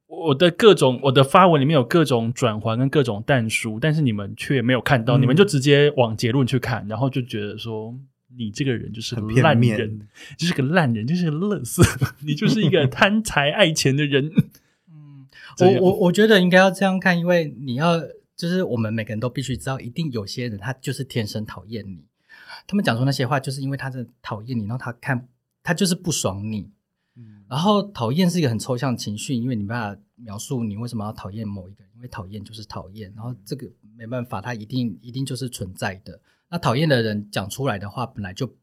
S1: 我的各种我的发文里面有各种转环跟各种淡书，但是你们却没有看到，
S3: 嗯
S1: 你们就直接往结论去看，然后就觉得说。你这个人就是
S3: 很
S1: 烂
S3: 片
S1: 人
S3: 面，
S1: 就是个烂人，就是个乐色， <laughs> 你就是一个贪财爱钱的人。这
S2: 嗯我
S1: 样
S2: 我我觉得应该要这样看，因为你要就是我们每个人都必须知道，一定有些人他就是天生讨厌你，他们讲出那些话，就是因为他真的讨厌你，然后他看他就是不爽你。
S3: 嗯
S2: 然后讨厌是一个很抽象的情绪，因为你没办法描述你为什么要讨厌某一个人，因为讨厌就是讨厌，然后这个没办法，它一定一定就是存在的。那讨厌的人讲出来的话本来就
S1: 不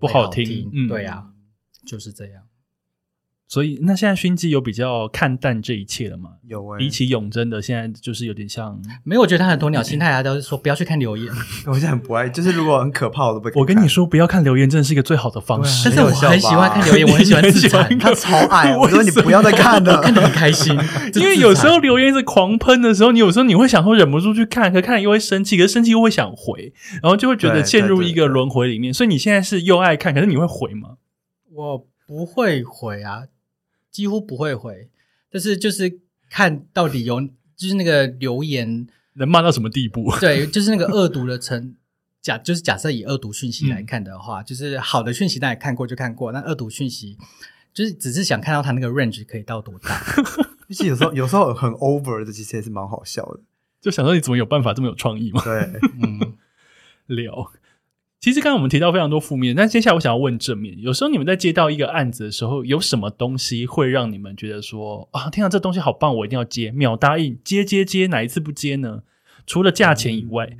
S2: 不
S1: 好
S2: 好
S1: 听嗯
S2: 对啊，就是这样。
S1: 所以，那现在熏鸡有比较看淡这一切了吗？
S3: 有哎、
S1: 比起永贞的，现在就是有点像。
S2: 没有，我觉得他很鸵鸟心态，啊他都是说不要去看留言。
S3: 我现在很不爱，就是如果很可怕，我都不敢看。
S1: 我跟你说，不要看留言，真的是一个最好的方式。
S2: 但是
S3: 很
S2: 我
S3: 有效
S2: 很喜欢
S3: 吧
S2: 看留言，我很喜欢
S1: 你很
S2: <laughs> 自
S1: 喜欢看，
S2: 残，他
S3: 他超爱，我说你不要再看
S2: <laughs>
S3: 了。 <laughs>
S2: 看得很开心
S1: 因为有时候留言是狂喷的时候，你有时候你会想说忍不住去看，可看了又会生气，可是生气又会想哦回，然后就会觉得
S3: 对
S1: 陷入
S3: 对对
S1: 一个轮回里面。所以你现在是又爱看，可是你会回吗？
S2: 我不会回啊，几乎不会回，但是就是看到底有就是那个留言，
S1: 能骂到什么地步？ <laughs>
S2: <laughs> 对，就是那个恶毒的程假就是假设以恶毒讯息来看的话，就是好的讯息大家看过就看过，那恶毒讯息就是只是想看到它那个 range 可以到多大。
S3: 而且有时候有时候很 over 的，其实也是蛮好笑的。
S1: 就想说你怎么有办法这么有创意嘛？
S3: 对，
S2: <laughs> 嗯，
S1: 聊。其实刚刚我们提到非常多负面，但接下来我想要问正面。有时候你们在接到一个案子的时候，有什么东西会让你们觉得说啊，天啊，这东西好棒，我一定要接，秒答应，接接接，哪一次不接呢？除了价钱以外，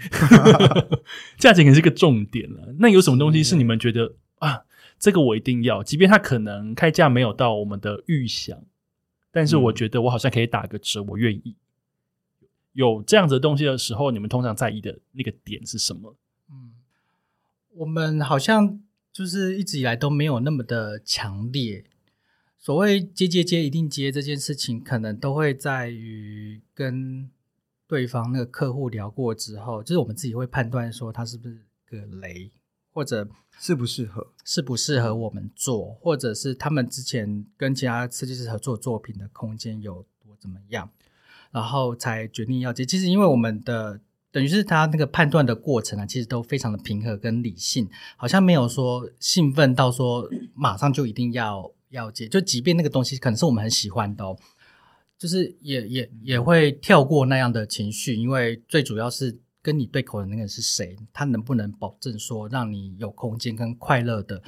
S1: <laughs> 价钱也是个重点了。那有什么东西是你们觉得啊，这个我一定要，即便它可能开价没有到我们的预想，但是我觉得我好像可以打个折，我愿意。有这样子的东西的时候，你们通常在意的那个点是什么？
S2: 嗯我们好像就是一直以来都没有那么的强烈。所谓接接接一定接这件事情，可能都会在于跟对方那个客户聊过之后，就是我们自己会判断说他是不是个雷，或者
S3: 适不适合？
S2: 适不适合我们做，或者是他们之前跟其他设计师合作作品的空间有多怎么样，然后才决定要接。其实因为我们的等于是他那个判断的过程啊，其实都非常的平和跟理性，好像没有说兴奋到说马上就一定要要接，就即便那个东西可能是我们很喜欢的、哦。就是也也也会跳过那样的情绪，因为最主要是跟你对口的那个人是谁，他能不能保证说让你有空间跟快乐的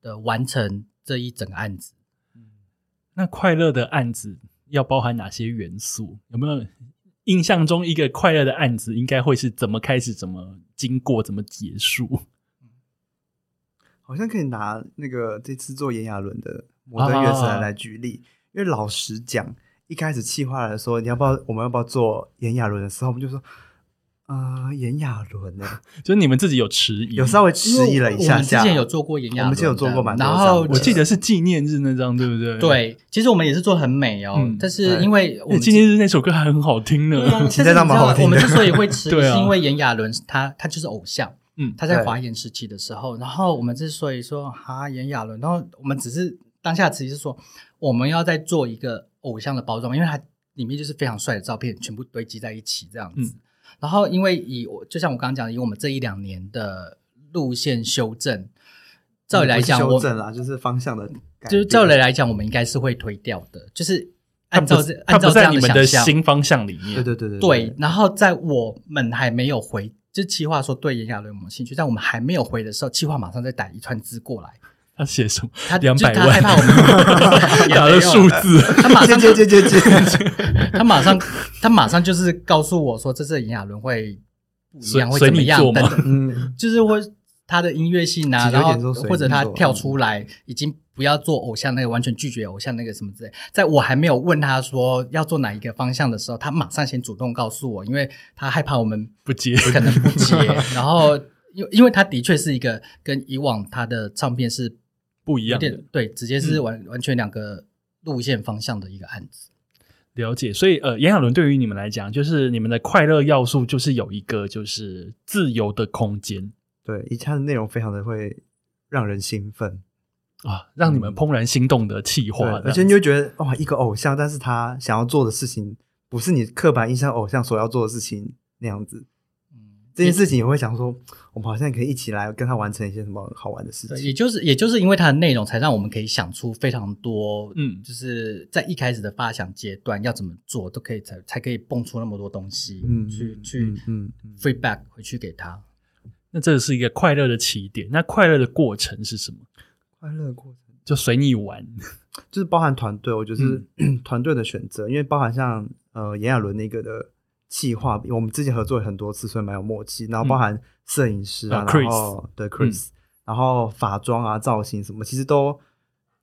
S2: 的完成这一整个案子？
S1: 那快乐的案子要包含哪些元素？有没有印象中一个快乐的案子应该会是怎么开始、怎么经过、怎么结束？
S3: 好像可以拿那个这次做炎亚纶的《摩登原神
S1: 啊》
S3: 来举例，因为老实讲，一开始企划来说，你要不要我们要不要做炎亚纶的时候，我们就说，呃，炎亚纶呢，
S1: 就是你们自己有迟疑，
S3: 有稍微迟疑了一
S2: 因为我
S3: 下
S2: 们之
S3: 下，
S2: 前有做过炎亚纶的，
S3: 我们之前有做过蛮多
S2: 然
S3: 张的
S2: 后
S1: 我记得是纪念日那张，对不对？，
S2: 对，其实我们也是做很美哦，
S1: 嗯
S2: 但是因为我
S1: 而且
S2: 们
S1: 纪念日那首歌还很好听呢。
S2: 但是
S3: 其
S2: 啊你知
S3: 实那
S2: 道，
S3: 蛮好听
S2: 我
S3: 的
S2: 们之所以会迟
S1: 啊
S2: 疑，
S1: <laughs> 对啊
S2: 是因为炎亚纶他他就是偶像，
S1: 嗯
S2: 他在华研时期的时候，然后我们之所以说哈炎亚纶，然后我们只是当下迟疑是说我们要再做一个偶像的包装，因为它里面就是非常帅的照片全部堆积在一起这样子。
S1: 嗯
S2: 然后因为以我就像我刚刚讲的，以我们这一两年的路线修正，照理来讲，
S3: 不是
S2: 我
S3: 修正啦，就是方向的改变，
S2: 就是照理来讲，我们应该是会推掉的，就是
S1: <laughs> 它
S2: 按照
S1: 不
S2: 这
S1: 它
S2: 按
S1: 不
S2: 照这
S1: 在
S2: 样
S1: 你们
S2: 想
S1: 的
S2: 象。
S1: 新方向里
S3: 对
S1: 面。
S3: 对对对
S2: 对，，然后在我们还没有回，就企划说对炎亚纶有没有兴趣，但我们还没有回的时候，企划马上再打一串字过来，
S1: 他写什么？
S2: 他
S1: 200
S2: 就是他
S1: 万
S2: 害怕我
S1: 打了
S2: 们也没有啦
S1: 数，字，
S2: 他马
S3: 接
S2: 上
S3: 接接接
S2: <laughs>
S3: 接，
S2: 他马上他马上就是告诉我说，这次炎亚纶会不一
S1: 随
S2: 样，会怎么样
S1: 随你做
S2: 等
S1: 吗
S2: 等，
S3: 嗯，
S2: 就是会他的音乐性啊，
S3: 其实有
S2: 然
S3: 点
S2: 后
S3: 说随你
S2: 或者
S1: 嗯
S2: 他
S3: 做
S2: 跳出来已经。不要做偶像那个，完全拒绝偶像那个什么之类。在我还没有问他说要做哪一个方向的时候，他马上先主动告诉我，因为他害怕我们
S1: 不接。
S2: 可能不
S1: <laughs>
S2: 接。然后，因因为他的确是一个跟以往他的唱片是
S1: 不一
S2: 有
S1: 样的嗯
S2: 点对，直接是完、完全两个路线方向的一个案子。
S1: 了解，所以呃，炎亚纶对于你们来讲，就是你们的快乐要素，就是有一个就是自由的空间，
S3: 对，以下的内容非常的会让人兴奋，
S1: 啊，让你们
S3: 嗯
S1: 怦然心动的气
S3: 对，
S1: 话，
S3: 而且你就觉得哇，一个偶像，但是他想要做的事情不是你刻板印象偶像所要做的事情那样子。
S2: 嗯，
S3: 这件事情也会想说，我们好像可以一起来跟他完成一些什么好玩的事
S2: 对，嗯
S3: 情。
S2: 也就是也就是因为它的内容，才让我们可以想出非常多，
S1: 嗯
S2: 就是在一开始的发想阶段要怎么做，都可以才才可以蹦出那么多东西，
S3: 嗯，
S2: 去
S3: 嗯
S2: 去
S3: 嗯嗯
S2: feedback 回去给他。
S1: 那这是一个快乐的起点。那快乐的过程是什么？
S3: 快乐过程
S1: 就随你玩。
S3: 就是包含团队，我觉得是
S2: 嗯
S3: <clears throat> 团队的选择，因为包含像呃炎亚纶那个的企划，我们之前合作很多次，所以蛮有默契。然后
S2: 嗯
S3: 包含摄影师啊，
S1: 啊，Chris
S3: 然后对 Chris，、然后法妆啊、造型什么，其实都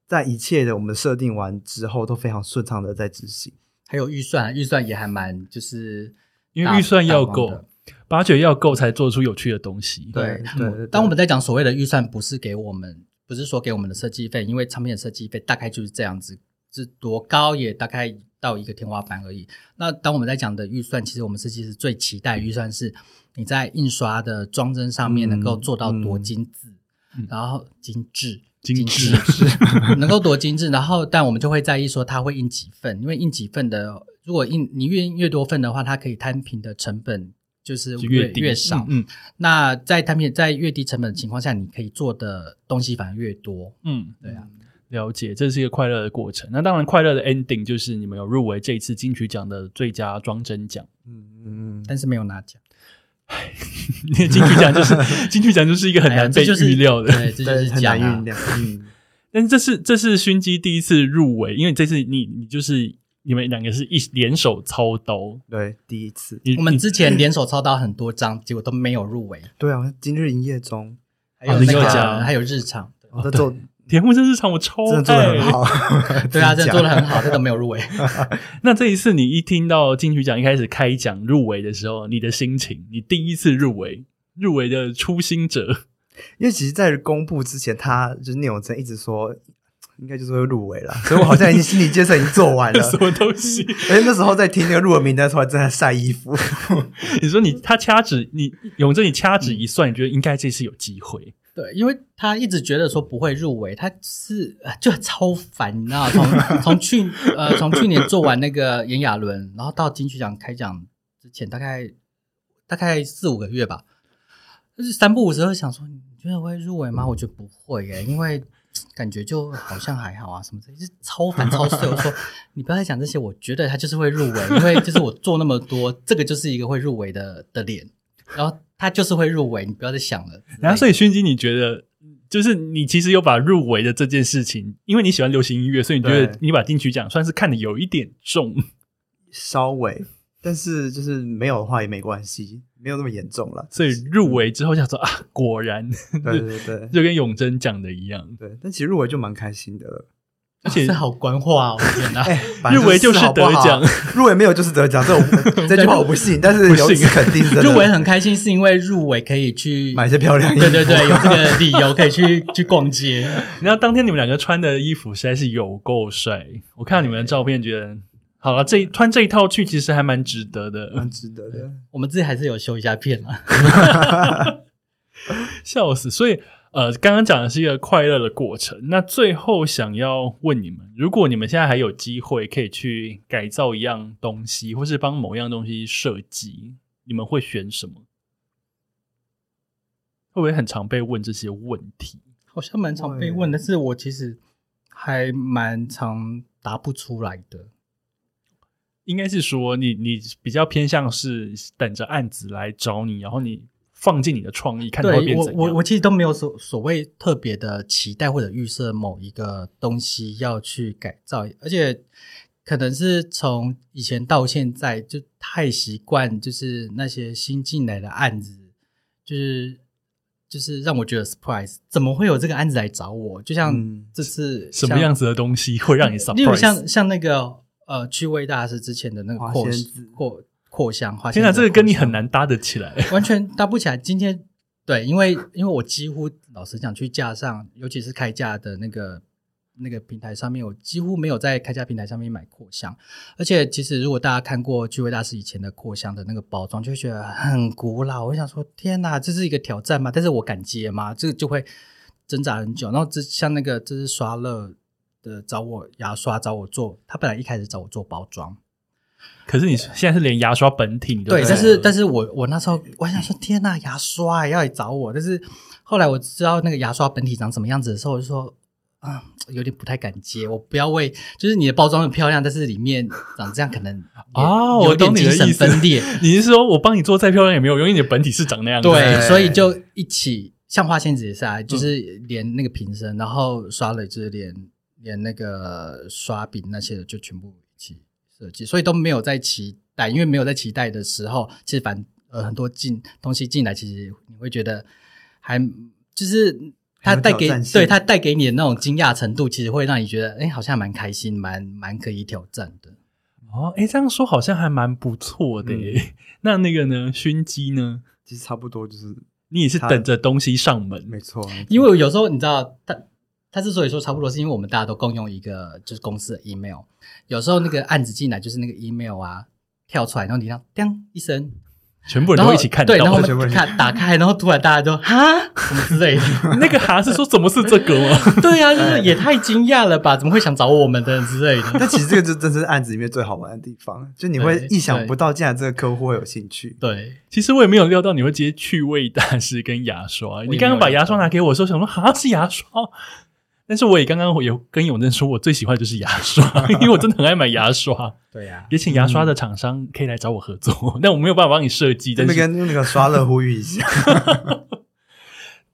S3: 在一切的我们设定完之后，都非常顺畅的在执行。
S2: 还有预算，预算也还蛮就是
S1: 因为
S2: 大
S1: 预算要
S2: 大方
S1: 够
S2: 的
S1: 八九要够才做出有趣的东西。
S2: 对
S3: 对对，
S2: 当我们在讲所谓的预算，不是给我们，不是说给我们的设计费，因为唱片的设计费大概就是这样子，是多高也大概到一个天花板而已。那当我们在讲的预算，其实我们设计师最期待的预算是你在印刷的装帧上面
S3: 嗯
S2: 能够做到多精致，
S1: 嗯
S2: 然后精致。
S1: 精致
S2: 致 <laughs> 能够多精致，然后但我们就会在意说它会印几份，因为印几份的，如果印你印越多份的话，它可以摊平的成本就是
S1: 就
S2: 越
S1: 越低
S2: 越少。
S1: 嗯
S2: 那在产品在越低成本的情况下，你可以做的东西反而越多。
S1: 嗯，
S2: 对啊，
S1: 了解，这是一个快乐的过程。那当然，快乐的 ending 就是你们有入围这一次金曲奖的最佳装帧奖。 <laughs>
S3: 嗯嗯嗯，
S2: 但是没有拿奖，
S1: 金曲奖就是金曲奖就是一个很
S2: 哎呀
S1: 难
S2: 这
S1: 被
S2: 就是
S1: 预料的。 <laughs>
S2: 对，这就
S3: 对
S2: 是
S3: 很
S2: 奖
S3: 难
S2: 啊 <laughs>
S3: 酝。酿。嗯，
S1: 但是这是这是勋基第一次入围，因为这次你你就是你们两个是一联手操刀。
S3: 对，第一次。
S1: 你
S2: 我们
S1: 你
S2: 之前联手操刀很多张，结果都没有入围，
S3: 对啊，今日营业中，
S2: 还有
S1: 哦
S2: 那
S1: 你有
S2: 个
S1: 讲
S2: 还有日常，哦对哦
S3: 我在做，
S1: 田馥甄市场我超
S3: 真的做的
S1: 爱
S3: 很。好。
S2: 对
S3: <laughs>
S2: 啊，真的做的
S3: 很。
S2: 很好，但都没有入围。
S1: 那这一次你一听到金曲奖一开始开奖入围的时候，你的心情，你第一次入围，入围的初心
S3: <laughs>
S1: 者，
S3: 因为其实，在公布之前，他就是聂永真一直说，应该就是会入围
S1: <laughs>
S3: 了，所以我好像已经心理建设已经做完了
S1: 什。么东
S3: <laughs>
S1: 西？
S3: 而且那时候在听那个入围名单的时候，还正在晒衣服。 <laughs>
S1: 你说你他掐指，你永正你掐指一算，你觉得应该这次有机会。
S2: 对，因为他一直觉得说不会入围，他是呃就超烦，你知道，从从去呃从去年做完那个炎亚纶，然后到金曲奖开奖之前，大概大概四五个月吧，就是三不五时会想说，你觉得会入围吗？我觉得不会耶，因为感觉就好像还好啊，什么之类，就是超烦超碎。我说你不要再讲这些，我觉得他就是会入围，因为就是我做那么多，这个就是一个会入围的的脸，然后他就是会入围，你不要再想了。
S3: 嗯
S1: 然后，所
S2: 以。
S1: 以勋基，你觉得就是你其实有把入围的这件事情，因为你喜欢流行音乐，所以你觉得
S3: 对
S1: 你把金曲奖算是看的有一点重。
S3: 稍微，但是就是没有的话也没关系，没有那么严重
S1: <laughs>
S3: 了。
S1: 所以入围之后想说啊，果然
S3: 对对对
S1: 就跟永贞讲的一样，
S3: 对，但其实入围就蛮开心的了。
S1: 而且
S2: 这好
S3: <laughs>
S2: 官话哦，天哪！
S3: 哎，反正
S1: 啊入围就是
S3: 好不好
S1: 得奖，
S3: 入围没有就是得奖，这
S1: <laughs>
S3: 我这句话我不信，但是有
S1: 不信
S3: 肯定是真的
S2: 入围很开心，是因为入围可以去
S3: 买一些漂亮衣服。
S2: 对对对，有这个理由可以去 <laughs> 去逛街。
S1: 然后当天你们两个穿的衣服实在是有够帅，我看到你们的照片，觉得好了，这一穿这一套去其实还蛮值得的
S3: 蛮，值得的。
S2: 我们自己还是有修一下片啊。
S1: 笑死。所以呃，刚刚讲的是一个快乐的过程。那最后想要问你们，如果你们现在还有机会可以去改造一样东西，或是帮某样东西设计，你们会选什么？会不会很常被问这些问题？
S2: 好像蛮常被问，但是我其实还蛮常答不出来的。
S1: 应该是说你你比较偏向是等着案子来找你，然后你放进你的创意，看它会
S2: 对
S1: 变
S2: 我
S1: 怎
S2: 我
S1: 样
S2: 我。其实都没有所所谓特别的期待或者预设某一个东西要去改造，而且可能是从以前到现在就太习惯，就是那些新进来的案子，就是就是让我觉得 surprise，怎么会有这个案子来找我？就像
S3: 嗯
S2: 这次、
S1: 什么样子的东西会让你
S2: 例如
S1: surprise？
S2: 像像那个呃趣味大师之前的那个
S3: 花
S2: 扩
S3: 仙子
S2: 扩扩香花仙
S1: 天
S2: 子
S1: 哪，
S2: 的扩香，
S1: 这个跟你很难搭得起来。
S2: 完全搭不起来。今天对，因为因为我几乎老实讲，去架上，尤其是开架的那个那个平台上面，我几乎没有在开架平台上面买扩香。而且其实如果大家看过聚味大师以前的扩香的那个包装，就会觉得很古老。我想说，天哪，这是一个挑战吗？但是我敢接吗？这个就会挣扎很久。然后这像那个这是刷乐。的找我牙刷找我做，他本来一开始找我做包装，
S1: 可是你现在是连牙刷本体你都
S2: 对，
S1: 不
S2: 但是但
S1: 是
S2: 是我我那时候我还想说，天呐，牙刷还要来找我，但是后来我知道那个牙刷本体长什么样子的时候，我就说啊，有点不太敢接，我不要为就是你的包装很漂亮，但是里面长这样可能也
S1: 哦
S2: 有
S1: 我懂
S2: 点
S1: 你的
S2: 精神
S1: 意思
S2: 分裂，
S1: 你是说我帮你做再漂亮也没有用，因为你的本体是长那样子。
S2: 对，所以就一起像花仙子也是啊，就是
S3: 嗯
S2: 连那个瓶身，然后刷了就是连连那个刷柄那些的就全部一起设计，所以都没有在期待，因为没有在期待的时候，其实反呃很多进东西进来，其实你会觉得还就是。它
S3: 很有
S2: 带给
S3: 挑战性
S2: 对它带给你的那种惊讶程度，其实会让你觉得，哎，好像蛮开心，蛮蛮可以挑战的。
S1: 哦，哎，这样说好像还蛮不错
S2: 嗯
S1: 的耶。那那个呢，熏鸡呢？
S3: 其实差不多就是
S1: 你也是
S3: 它
S1: 等着东西上门
S3: 没错，啊
S2: 因为有时候你知道，他他之所以说差不多，是因为我们大家都共用一个就是公司的 email，有时候那个案子进来就是那个 email 啊跳出来，然后你要叮一声，
S1: 全部人
S2: 然
S1: 都
S2: 后
S1: 一起看到
S2: 对，然后我
S1: 了。
S3: 全部
S2: 们
S3: 人
S2: 看打开，然后突然大家就哈什么之类
S1: <laughs>
S2: 的，
S1: 那个哈是说怎么是这个吗？
S2: 对啊，就是也太惊讶了吧？怎么会想找我们的之类
S3: <laughs>
S2: 的？
S3: 但其实这个就真是案子里面最好玩的地方，就你会
S2: 对
S3: 意想不到，竟然这个客户会有兴趣。
S2: 对，
S1: 其实我也没有料到你会接趣味大师跟牙刷。
S2: 有
S1: 你刚刚把牙刷拿给我的时候，想说哈是牙刷，但是我也刚刚有跟永正说，我最喜欢的就是牙
S3: <laughs>
S1: 刷，因为我真的很爱买牙刷。
S2: 对呀、
S1: 也请牙刷的厂商可以来找我合
S3: <laughs>
S1: 作，但我没有办法帮你设计，
S3: 这
S1: 但
S3: 边
S1: 是
S3: 跟那个刷乐呼吁一下，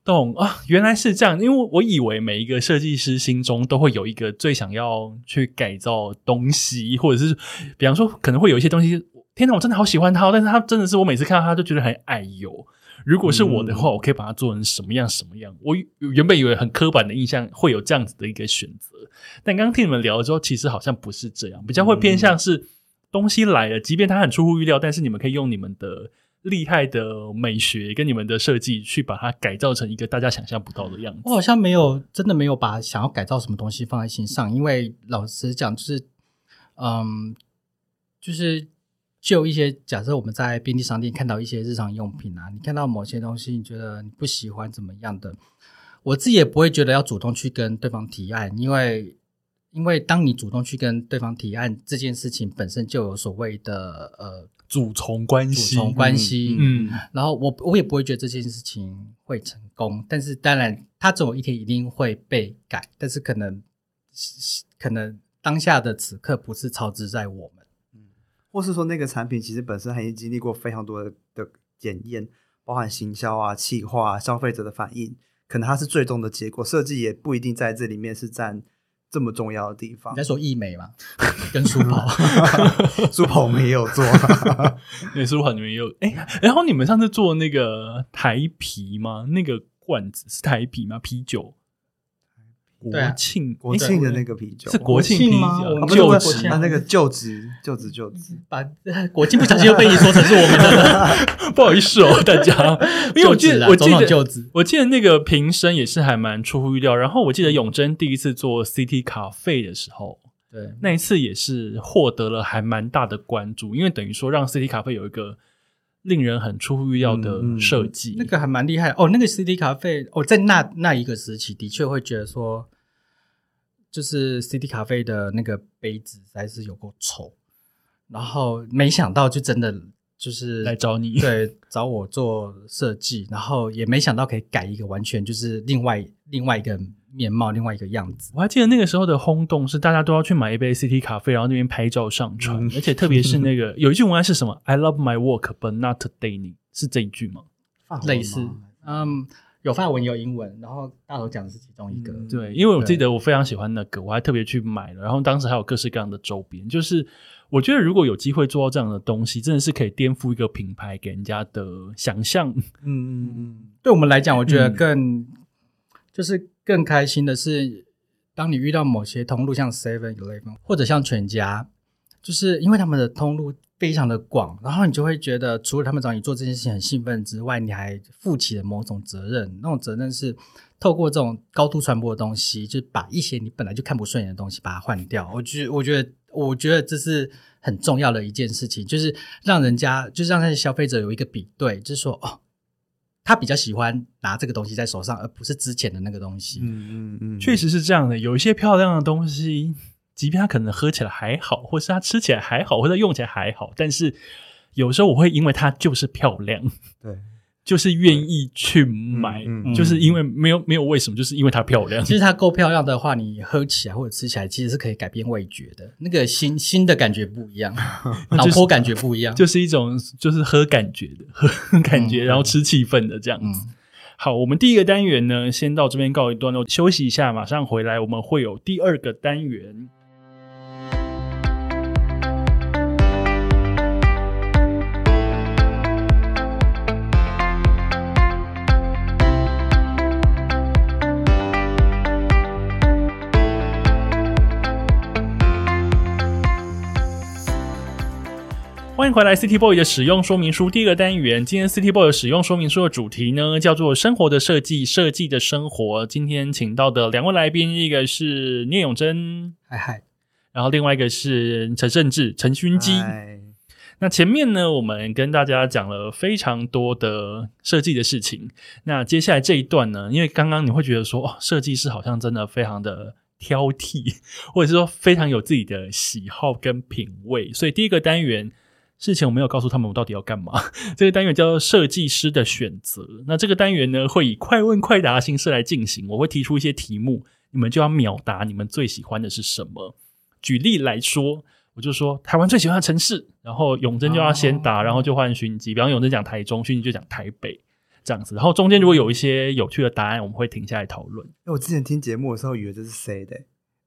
S1: 懂啊，原来是这样，因为我以为每一个设计师心中都会有一个最想要去改造东西，或者是比方说可能会有一些东西，天哪，我真的好喜欢它哦，但是它真的是我每次看到它就觉得很矮油。如果是我的话，我可以把它做成什么样什么样？我原本以为很刻板的印象会有这样子的一个选择，但刚刚听你们聊了之后，其实好像不是这样，比较会偏向是东西来了，即便它很出乎预料，但是你们可以用你们的厉害的美学跟你们的设计去把它改造成一个大家想象不到的样子。
S2: 我好像没有真的没有把想要改造什么东西放在心上，因为老实讲，就是嗯，就是就一些假设我们在便利商店看到一些日常用品啊，你看到某些东西，你觉得你不喜欢怎么样的，我自己也不会觉得要主动去跟对方提案，因为。因为当你主动去跟对方提案这件事情本身就有所谓的呃
S1: 主从关
S2: 主
S1: 系，
S2: 从关系，
S1: 嗯，
S2: 然后我我也不会觉得这件事情会成功，但是当然，它总有一天一定会被改，但是可能可能当下的此刻不是操之在我们，
S3: <laughs> 或是说那个产品其实本身还已经经历过非常多的的检验，包含行销啊、企划、啊、消费者的反应，可能它是最终的结果，设计也不一定在这里面是占这么重要的地
S2: <laughs>
S3: 方
S2: 你在。说艺美嘛，跟书
S1: <laughs>
S2: 包，
S3: 苏鹏没有做，
S1: 那时候好像你们也有哎、然后你们上次做那个台啤吗？那个罐子是台啤吗？啤酒，国
S2: 对啊
S1: 庆
S3: 国庆的那个啤酒
S1: 是国庆啤
S2: 国庆吗
S1: 酒，
S2: 我
S3: 啊
S2: 们
S3: 不是
S1: 就
S3: 不
S2: 国
S3: 是
S1: 职
S2: 庆
S3: 啊那个就职就职就职，
S2: 把国庆不小心又被你说成是我们的
S1: 不好意思哦，大家， <laughs> 因为我记
S2: 就职
S1: 得
S2: 啦
S1: 我记
S2: 种种
S1: 得
S2: 就职，
S1: 我记得那个瓶身也是还蛮出乎预料。然后我记得永贞第一次做 CT 卡费的时候，
S2: 对，
S1: 那一次也是获得了还蛮大的关注，因为等于说让 CT 卡费有一个令人很出乎预料的设计。
S2: 嗯那个还蛮厉害哦。那个 CD 咖啡哦，在那那一个时期，的确会觉得说，就是 CD 咖啡的那个杯子实在是有够丑，然后没想到就真的就是
S1: 来找你
S2: 对，找我做设计，然后也没想到可以改一个完全就是另外另外一个面貌，另外一个样子。
S1: 我还记得那个时候的轰动是大家都要去买一杯 CT 咖啡，然后那边拍照上传，
S2: 嗯
S1: 而且特别是那个有一句文案是什么？I love my work, but not today。你是这一句吗？
S3: 法文
S2: 类似
S3: 吗，
S2: 嗯，有法文有英文，然后大头讲的是其中一个，
S3: 嗯
S1: 对，因为我记
S2: 对
S1: 得我非常喜欢那个，我还特别去买了。然后当时还有各式各样的周边，就是我觉得如果有机会做到这样的东西，真的是可以颠覆一个品牌给人家的想象。
S3: 嗯嗯嗯，
S2: 对我们来讲，我觉得
S1: 嗯
S2: 更、就是更开心的是，当你遇到某些通路，像 Seven Eleven 或者像全家，就是因为他们的通路非常的广，然后你就会觉得，除了他们找你做这件事情很兴奋之外，你还负起了某种责任。那种责任是透过这种高度传播的东西，就是把一些你本来就看不顺眼的东西把它换掉。我觉我觉得。我觉得这是很重要的一件事情，就是让人家，就是让那些消费者有一个比对，就是说，哦，他比较喜欢拿这个东西在手上，而不是之前的那个东西。
S3: 嗯嗯嗯，
S1: 确实是这样的，有一些漂亮的东西，即便它可能喝起来还好，或是它吃起来还好，或者用起来还好，但是有时候我会因为它就是漂亮， <laughs>
S3: 对。
S1: 就是愿意去买，
S3: 嗯
S2: 嗯
S1: 就是因为没有没有为什么，就是因为它漂亮 <laughs>
S2: <laughs> 其。实它够漂亮的话，你喝起来或者吃起来，其实是可以改变味觉的。那个新新的感觉不一
S1: <laughs>
S2: 样，脑
S1: 就是
S2: 波感觉不一样。
S1: 就是一种就是喝感觉的，喝感觉，
S2: 嗯
S1: 然后吃气氛的这样子。好，我们第一个单元呢，先到这边告一段落，休息一下，马上回来，我们会有第二个单元。欢迎回来，City Boy 的使用说明书第一个单元。今天 City Boy 的使用说明书的主题呢，叫做“生活的设计，设计的生活”。今天请到的两位来宾，一个是聂永贞，
S2: <laughs> 嗨嗨，
S1: 然后另外一个是陈胜志、陈勋基。
S3: 哎
S1: 那前面呢，我们跟大家讲了非常多的设计的事情。那接下来这一段呢，因为刚刚你会觉得说，哦，设计师好像真的非常的挑剔，或者是说非常有自己的喜好跟品味。所以第一个单元，事前我没有告诉他们我到底要干嘛。 <laughs> 这个单元叫做设计师的选择。那这个单元呢，会以快问快答的形式来进行。我会提出一些题目，你们就要秒答你们最喜欢的是什么。举例来说，我就说台湾最喜欢的城市，然后永贞就要先答，
S2: 哦
S1: 然后就换勋基。比方永贞讲台中，勋基就讲台北。这样子，然后中间如果有一些有趣的答案，我们会停下来讨论。
S3: 因为我之前听节目的时候以为这是谁的、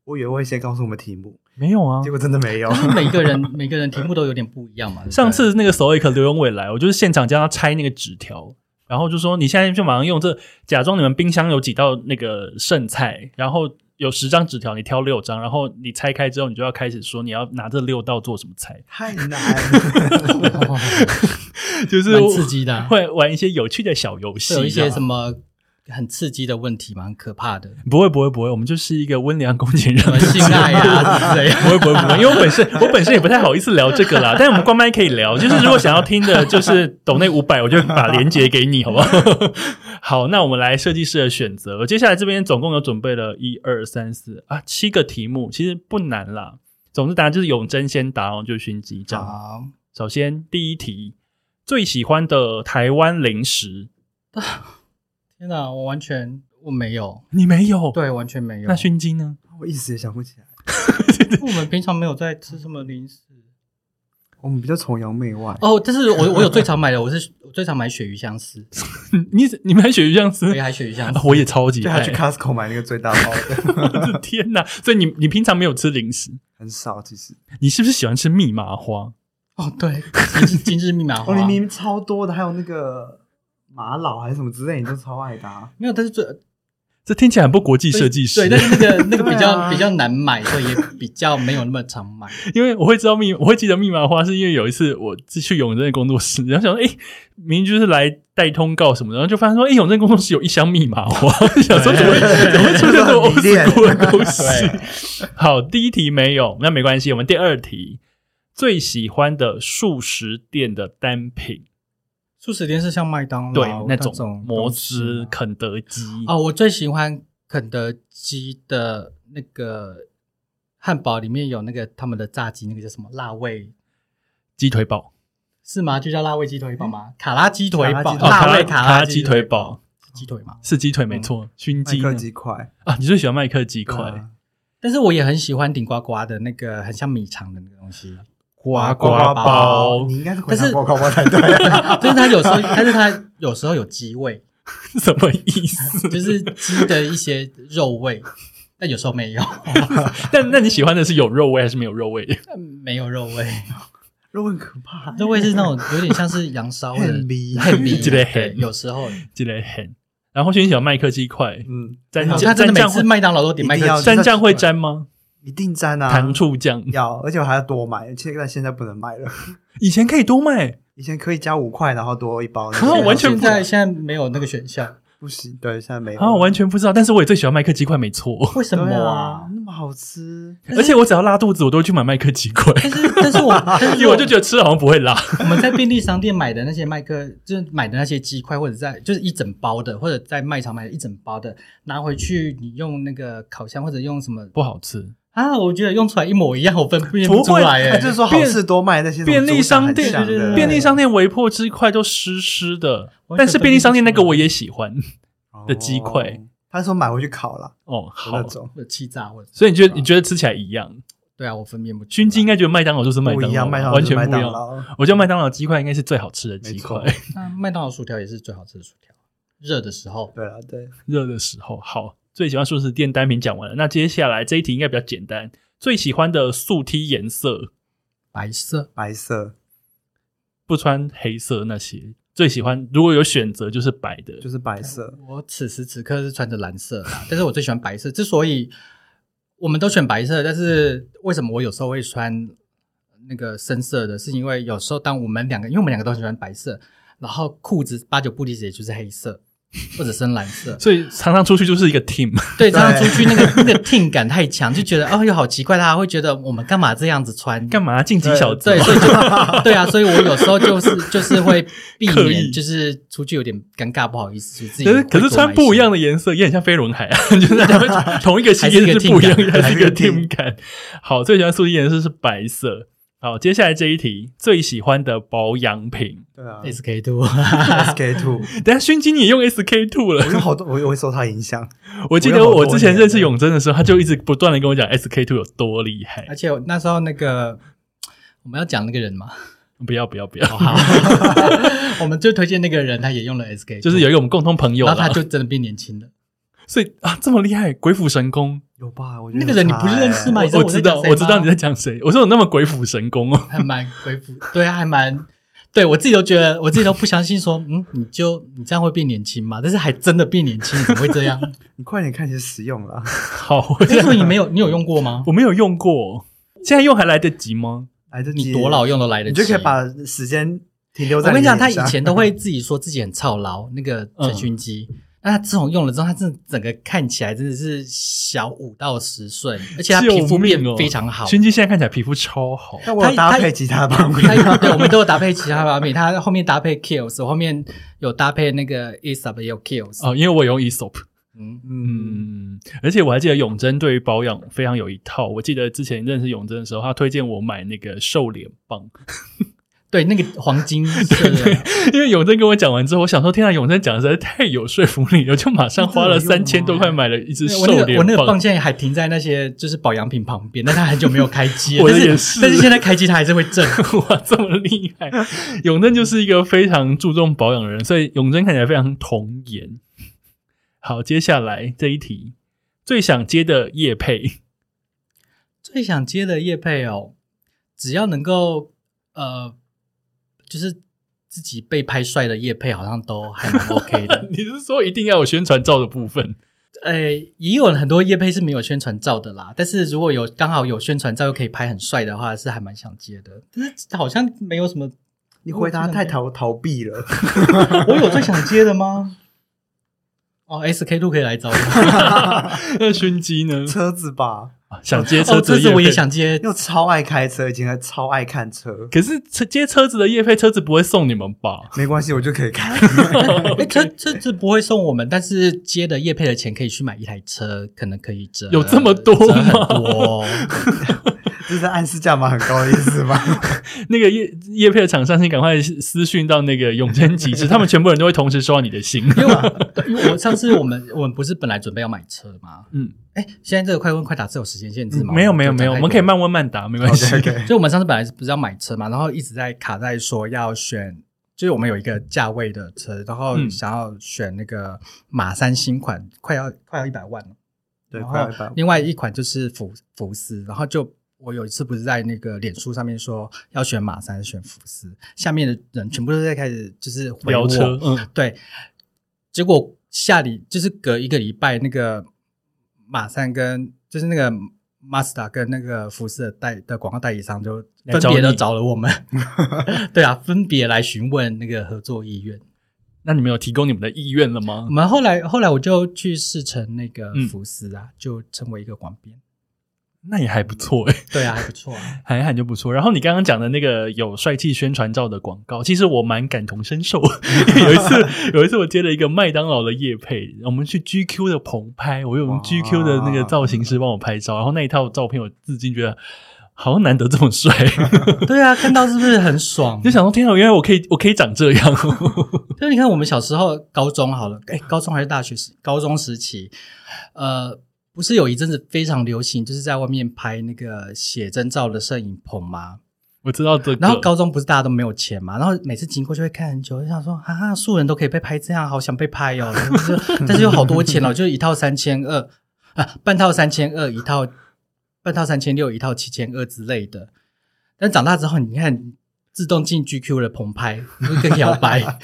S3: 我以为会先告诉我们题目，
S1: 没有啊
S3: 结果真的
S2: <laughs>
S3: 没有。
S2: 每个人每个人题目都有点不一样嘛。对
S1: <laughs>
S2: 不对
S1: 上次那个首 o 克刘永伟来，我就是现场叫他拆那个纸条，然后就说你现在就马上用这，假装你们冰箱有几道那个剩菜，然后有十张纸条，你挑六张，然后你拆开之后，你就要开始说你要拿这六道做什么菜，
S3: 太难，
S2: 哦
S1: <laughs> 就是
S2: 蛮刺激的
S1: <laughs>
S2: 啊
S1: 会玩一些有趣的小游戏，
S2: 是有一些什
S1: 么。
S2: 么很刺激的问题嘛，蛮可
S1: <laughs>
S2: 怕的，
S1: 不会不会不会，我们就是一个温良恭俭
S2: 什
S1: 让
S2: 么
S1: 的
S2: 性爱啊，之类
S1: 不会不会不会， <laughs> 因为我本身我本身也不太好意思聊这个 <laughs> 啦，但是我们关麦可以聊，就是如果想要听的，就是抖那五百，我就把链接给你，好不 <laughs> 好？好，那我们来设计师的选择。我接下来这边总共有准备了一二三四啊七个题目，其实不难啦。总之，答案就是永贞先答，然后就熏鸡这样。
S2: 好，
S1: 首先第一题，最喜欢的台湾零食，
S2: 天哪，我完全我没有，
S1: 你没有？
S2: 对，完全没有。
S1: 那熏鸡呢？
S3: <laughs>
S1: <laughs>
S3: 我一时也想不起来。
S2: 我们平常没有在吃什么零食。
S3: 我们比较崇洋媚外，
S2: 哦，但是我我有最常买的，我是我最常买鳕鱼香
S1: <laughs>
S2: 丝，
S1: 你你们还鳕鱼酱丝
S2: 北？海鳕鱼香丝
S1: 啊。我也超级
S3: 就他
S1: 爱
S3: 去。Costco 买那个最大包的， <laughs>
S1: 我的 <laughs> 天哪！所以你你平常没有吃零食？
S3: 很少其实。
S1: 你是不是喜欢吃密麻花？
S2: 哦，对，今日今日密码 <laughs>
S3: 哦，
S2: 花
S3: 你明明超多的，还有那个玛瑙还是什么之类，你都超爱的、啊。
S2: 没有，但是最
S1: 这听起来很不国际设计师
S2: <laughs> 对，。但是那个那个比
S3: 对啊
S2: 较比较难买，所以也比较没有那么常买。
S1: 因为我会知道密，我会记得密麻花，是因为有一次我去永正的工作室，然后想说，哎、明明就是来带通告什么的，然后就发现说，哎、永正工作室有一箱密麻
S2: <laughs>
S1: 花，想说怎么会怎么会出现这种欧式国的东西？好，第一题没有，那没关系，我们第二题，最喜欢的素食店的单品，
S2: 素食店是像麦当劳
S1: 对，那
S2: 种
S1: 种摩
S2: 东西
S1: 斯
S2: 吗、
S1: 肯德基，
S2: 哦，我最喜欢肯德基的那个汉堡，里面有那个他们的炸鸡，那个叫什么辣味
S1: 鸡腿堡，
S2: 是吗？就叫辣味鸡腿堡吗？嗯卡拉鸡腿堡，
S3: 哦
S2: 辣味
S1: 卡
S2: 拉
S1: 鸡
S2: 鸡
S1: 腿，堡。
S2: 鸡腿嘛。
S1: 是鸡腿没错，熏
S3: 麦
S1: 鸡
S3: 克
S1: 呢
S3: 鸡块，
S1: 啊，你最喜欢麦克鸡
S3: 对
S1: 块
S3: 啊，
S2: 但是我也很喜欢顶呱呱的那个，很像米肠的那个东西。
S1: 呱
S2: 啊呱
S1: 呱
S2: 呱
S1: 包
S2: 包
S3: 你应该是回
S2: 但
S3: 答
S2: 是
S3: 报告包才对。
S2: <laughs>
S3: 啊 <laughs>
S2: 但是它有时候，但是它有时候有鸡味， <laughs>
S1: <laughs> 什么意
S3: <laughs>
S1: 思？
S2: 就是鸡的一些肉味，但有时候没有，
S1: 但那你喜欢的是有肉味还是没有肉味？
S3: 嗯
S2: 没有肉味。
S3: 肉很可怕，
S2: 肉味是那种有点像是羊骚味的，
S3: 很迷
S2: 很
S1: <laughs>
S2: 迷，啊
S1: 这个很
S2: 对，有时候。
S1: 这类很。然后轩喜欢麦克鸡块，
S3: 嗯，
S1: 沾
S2: 哦
S1: 酱
S2: 他真
S1: 蘸
S2: 的每
S1: 酱
S2: 次
S1: 会
S2: 麦当劳都点麦
S3: 一定要
S2: 克鸡
S1: 蘸酱会沾吗？
S3: 一定沾啊，
S1: 糖醋酱
S3: <laughs> 要，而且我还要多买，现在现在不能买了，
S1: 以前可以多卖，
S3: 以前可以加五块，然后多一包那
S1: 可
S3: 个。
S1: 啊我完全
S2: 现
S1: 不
S2: 在现在没有那个选项，
S3: 不行，对，现在没有。
S1: 啊，我完全不知道。但是我也最喜欢麦克鸡块，没错。
S2: 为什么
S3: 对
S2: 啊
S3: 啊？？那么好吃，
S1: 而且我只要拉肚子，我都会去买麦克鸡块，
S3: 啊
S2: 但是但是
S1: <laughs>
S2: 我但
S1: 因为
S2: 是
S1: 我就觉得吃了好像不会拉。
S2: 我们在便利商店买的那些麦克，就是买的那些鸡块，或者在就是一整包的，或者在卖场买的一整包的，拿回去你用那个烤箱或者用什么
S1: 不好吃，
S2: 啊？我觉得用出来一模一样，我分辨
S1: 不
S2: 不
S1: 会
S2: 出来
S3: 他
S2: 耶。
S3: 就是说好事多卖那些什么
S1: 便利商店
S3: 猪肠很像的
S1: 便利商店微破鸡块都湿湿的，
S2: 完全
S1: 但是便利商店那个
S2: 分辨不出来
S1: 我也喜欢的鸡块，
S3: 哦他说买回去烤了
S1: 哦。
S3: 那
S1: 好，
S3: 种，
S2: 或者气炸，或者
S1: 所以你觉得你觉得吃起来一样？
S2: 对啊，我分辨不出来。
S1: 熏鸡应该觉得麦当劳就是麦
S3: 不
S1: 当劳
S3: 一
S1: 吧，
S3: 样，麦当劳
S1: 完
S3: 就是
S1: 全
S3: 麦
S1: 不一
S3: 当
S1: 样。
S3: 劳。
S1: 我觉得麦当劳鸡块应该是最好吃的鸡块，
S3: 没
S2: 那麦当劳薯条也是最好吃的薯条，热的时候。
S3: 对了，对，
S1: 热的时候好。最喜欢素食店单品讲完了，那接下来这一题应该比较简单。最喜欢的素 T 颜色，
S2: 白色
S3: 白色
S1: 不穿黑色那些。最喜欢如果有选择就是白的，。
S3: 就是白色，
S2: 我此时此刻是穿着蓝色啦，但是我最喜欢白色。之所以我们都选白色，但是为什么我有时候会穿那个深色的？是因为有时候当我们两个，因为我们两个都喜欢白色，然后裤子八九不离十也就是黑色，或者深蓝色
S1: 所以常常出去就是一个 team， <laughs>
S2: 对，这样出去那个 <laughs> 那个 team 感太强，就觉得哦哟好奇怪，大家会觉得我们干嘛这样子穿？
S1: 干嘛晋级小子
S2: 对，
S1: 嘛？
S2: 所以就 <laughs> 对啊，所以我有时候就是就是会避
S1: 刻
S2: 免，
S1: 意
S2: 就是出去有点尴尬，不好意思，自己
S1: 可是可是穿不一样
S2: 的
S1: 的颜色也很像飞轮海啊， <laughs> 就是他们同一个系
S2: 还是一
S1: 列
S2: 个
S1: 是不一样
S2: team
S1: 的，
S2: 感
S1: 还是一个
S3: 还是一个
S1: team 感。好，最喜欢素颜颜色是白色。好，接下来这一题，最喜欢的保养品。
S3: 对啊
S2: SK two，
S3: ，SK two，
S1: 等一下熏鸡你也用 SK two 了
S3: 我，有好多，我我会受他影响。
S1: <laughs> 我记
S3: 我
S1: 得
S3: 用好
S1: 我
S3: 多
S1: 之前
S3: 年
S1: 认识永贞的时候，他就一直不断的跟我讲 SK two 有多厉害
S2: <laughs> 而。且我那时候那个我们要讲那个人嘛， <laughs>
S1: 不要不要不要，
S2: 好，我们就推荐那个人，他也用了 SK，
S1: <laughs> 就是有一个我们共同朋友
S2: 然后他
S1: 啦，
S2: 就真的变年轻了。
S1: 所以啊这么厉害，鬼斧神工。
S3: 有吧？我觉得欸
S2: 那个人你不是认识吗？
S1: 我
S2: 你知
S1: 知
S2: 道
S1: 道
S2: 在讲谁吗
S1: 我知道你在讲谁，我说有那么鬼斧神工哦。
S2: <laughs> 还蛮恢复，对啊，还蛮。对我自己都觉得，我自己都不相信说，嗯，你就你这样会变年轻嘛？但是还真的变年轻，怎么会这样？
S3: 你快点看起来实用啦。
S1: 好，
S2: <laughs> 为什么你没有？你有用过吗？
S1: 我没有用过，现在用还来得及吗？
S3: 来得及
S2: 你多老，用都来得
S3: 你
S2: 及。
S3: 就可以把时间停留
S2: 我
S3: 在
S2: 跟你
S3: 你的
S2: 讲，
S3: 脸上。
S2: 他以
S3: <laughs>
S2: 前都会自己说自己很
S1: <laughs>
S2: 操劳，那个
S1: 嗯
S2: 陈勋基。那他自从用了之后，他真的整个看起来真的是小五到
S1: <laughs>
S2: 十岁，而且他皮肤变
S1: 救命哦
S2: 非常好。
S1: 熏鸡现在看起来皮肤超好，
S3: 但我有
S2: 他
S3: 搭
S2: 他
S3: 配吉他棒，
S2: <laughs> 他对，我
S3: <laughs>
S2: 们都有搭配其他产品，他后面搭配 Kills，后面有搭配那个 Isop 也有 Kills，、
S1: 哦，因为我用 ESOP。
S2: 嗯，
S1: 嗯，而且我还记得永贞对于保养非常有一套。我记得之前认识永贞的时候，他推荐我买那个瘦脸棒，
S2: 对，那个黄金色
S1: <laughs>
S2: 的，
S1: 因为永贞跟我讲完之后，我想说，天啊，永贞讲的实在太有说服力了，我就马上花了
S3: 真的
S1: 三
S3: 有用
S1: 千
S3: 哦
S1: 多块买了一只
S2: 哎对我
S1: 瘦
S2: 那个
S1: 脸
S2: 我那个
S1: 棒
S2: 棒。现在还停在那些就是保养品旁边，但它很久没有开机
S1: <laughs>
S2: 了，
S1: 我的
S2: 但
S1: 也是
S2: 但是现在开机它还是会震。
S1: 哇，啊这么厉害！永贞就是一个非常注重保养的人，所以永贞看起来非常童颜。好，接下来这一题，最想接的叶配， <laughs>
S2: 最想接的业配哦，只要能够呃，就是自己被拍帅的业配，好像都还蛮 OK 的。 <laughs>
S1: 你是说一定要有宣传照的部分？
S2: 呃，也有很多业配是没有宣传照的啦，但是如果有刚好有宣传照又可以拍很帅的话，是还蛮想接的。但是好像没有什么，
S3: 你回答太逃逃避
S2: <laughs>
S3: 了。
S2: 我有最想接的吗？哦，SK two 可以来找我。
S1: <laughs> 那熏鸡呢？啊
S3: 车子吧，
S1: 想接车
S2: 哦，
S1: 子
S2: 这
S1: 的业
S2: 次
S1: 配、
S2: 我也想接
S1: <laughs>
S3: 因为，我超爱开车，以前还超爱看车。
S1: 可是车接车子的叶配，车子不会送你们吧？
S3: 没关系，我就可
S2: <laughs>
S3: 以开。 <laughs>
S2: 哎，这这这不会送我们，但是接的叶配的钱可以去买一台车，可能可以折，
S1: 有这么多
S2: 折很
S1: 吗
S2: 多。哦
S3: 这是暗示价码很高的意思吗？
S1: 那个叶叶配的厂商，你赶快私讯到那个永贞集市，他们全部人都会同时收到你的
S2: <laughs>
S1: 信。
S2: 因为我啊因为我上次我们我们不是本来准备要买车吗？
S1: 嗯，
S2: 哎，现在这个快问快答是有时间限制吗？
S1: 没有没有没有，
S2: 就
S1: 我
S2: 讲太多
S1: 们可以慢问慢答，没关系。
S2: <laughs>
S3: OK，
S2: 所以我们上次本来不是要买车嘛，然后一直在卡在说要选，就是我们有一个价位的车，然后
S1: 嗯
S2: 想要选那个马三新款，快要快要一百万了。
S3: 对，
S2: 然
S3: 快要一
S2: 后
S3: 百。
S2: 另外一款就是福福斯，然后就我有一次不是在那个脸书上面说要选马三选福斯，下面的人全部都在开始就是回
S1: <laughs> 聊
S2: 我
S1: 车，嗯，
S2: 对，结果下礼就是隔一个礼拜，那个马三跟就是那个 Mazda 跟那个福斯的代的广告代理商就
S1: 来
S2: 分
S1: 找
S2: 别都
S1: 你
S2: 找了
S1: <laughs>
S2: 我们，对啊，分别来询问那个合作意愿。
S1: 那你们有提供你们的意愿了吗
S2: 我？们后来后来我就去试乘那个
S1: 嗯
S2: 福斯啊，就成为一个广编，
S1: 那也还不错诶、
S2: 对啊，还不错啊。
S1: <laughs> 喊一喊就不错。然后你刚刚讲的那个有帅气宣传照的广告，其实我蛮感同身受。 <laughs> 因为有一
S2: <laughs>
S1: 次，有一次我接了一个麦当劳的夜配，我们去 GQ 的棚拍，我用我们
S3: 哇
S1: GQ 的那个造型师帮我拍照，然后那一套照片我至今觉得好难得这么帅，
S2: 对啊，看到是不是很
S1: <laughs>
S2: 爽？
S1: 就想说天啊，原来我可以，我可以长这样。 <laughs>
S2: 就是你看我们小时候高中好了，哎，高中还是大学时，高中时期，呃，不是有一阵子非常流行，就是在外面拍那个写真照的摄影棚吗？
S1: 我知道这个，
S2: 然后高中不是大家都没有钱嘛，然后每次经过就会看很久，就想说啊，素人都可以被拍这样，好想被拍哦，就是但是又好多钱哦，就一套三千二啊，半套三千二，一套半套三千六，一套七千二之类的。但长大之后，你看自动进 GQ 的棚拍，就更摇摆。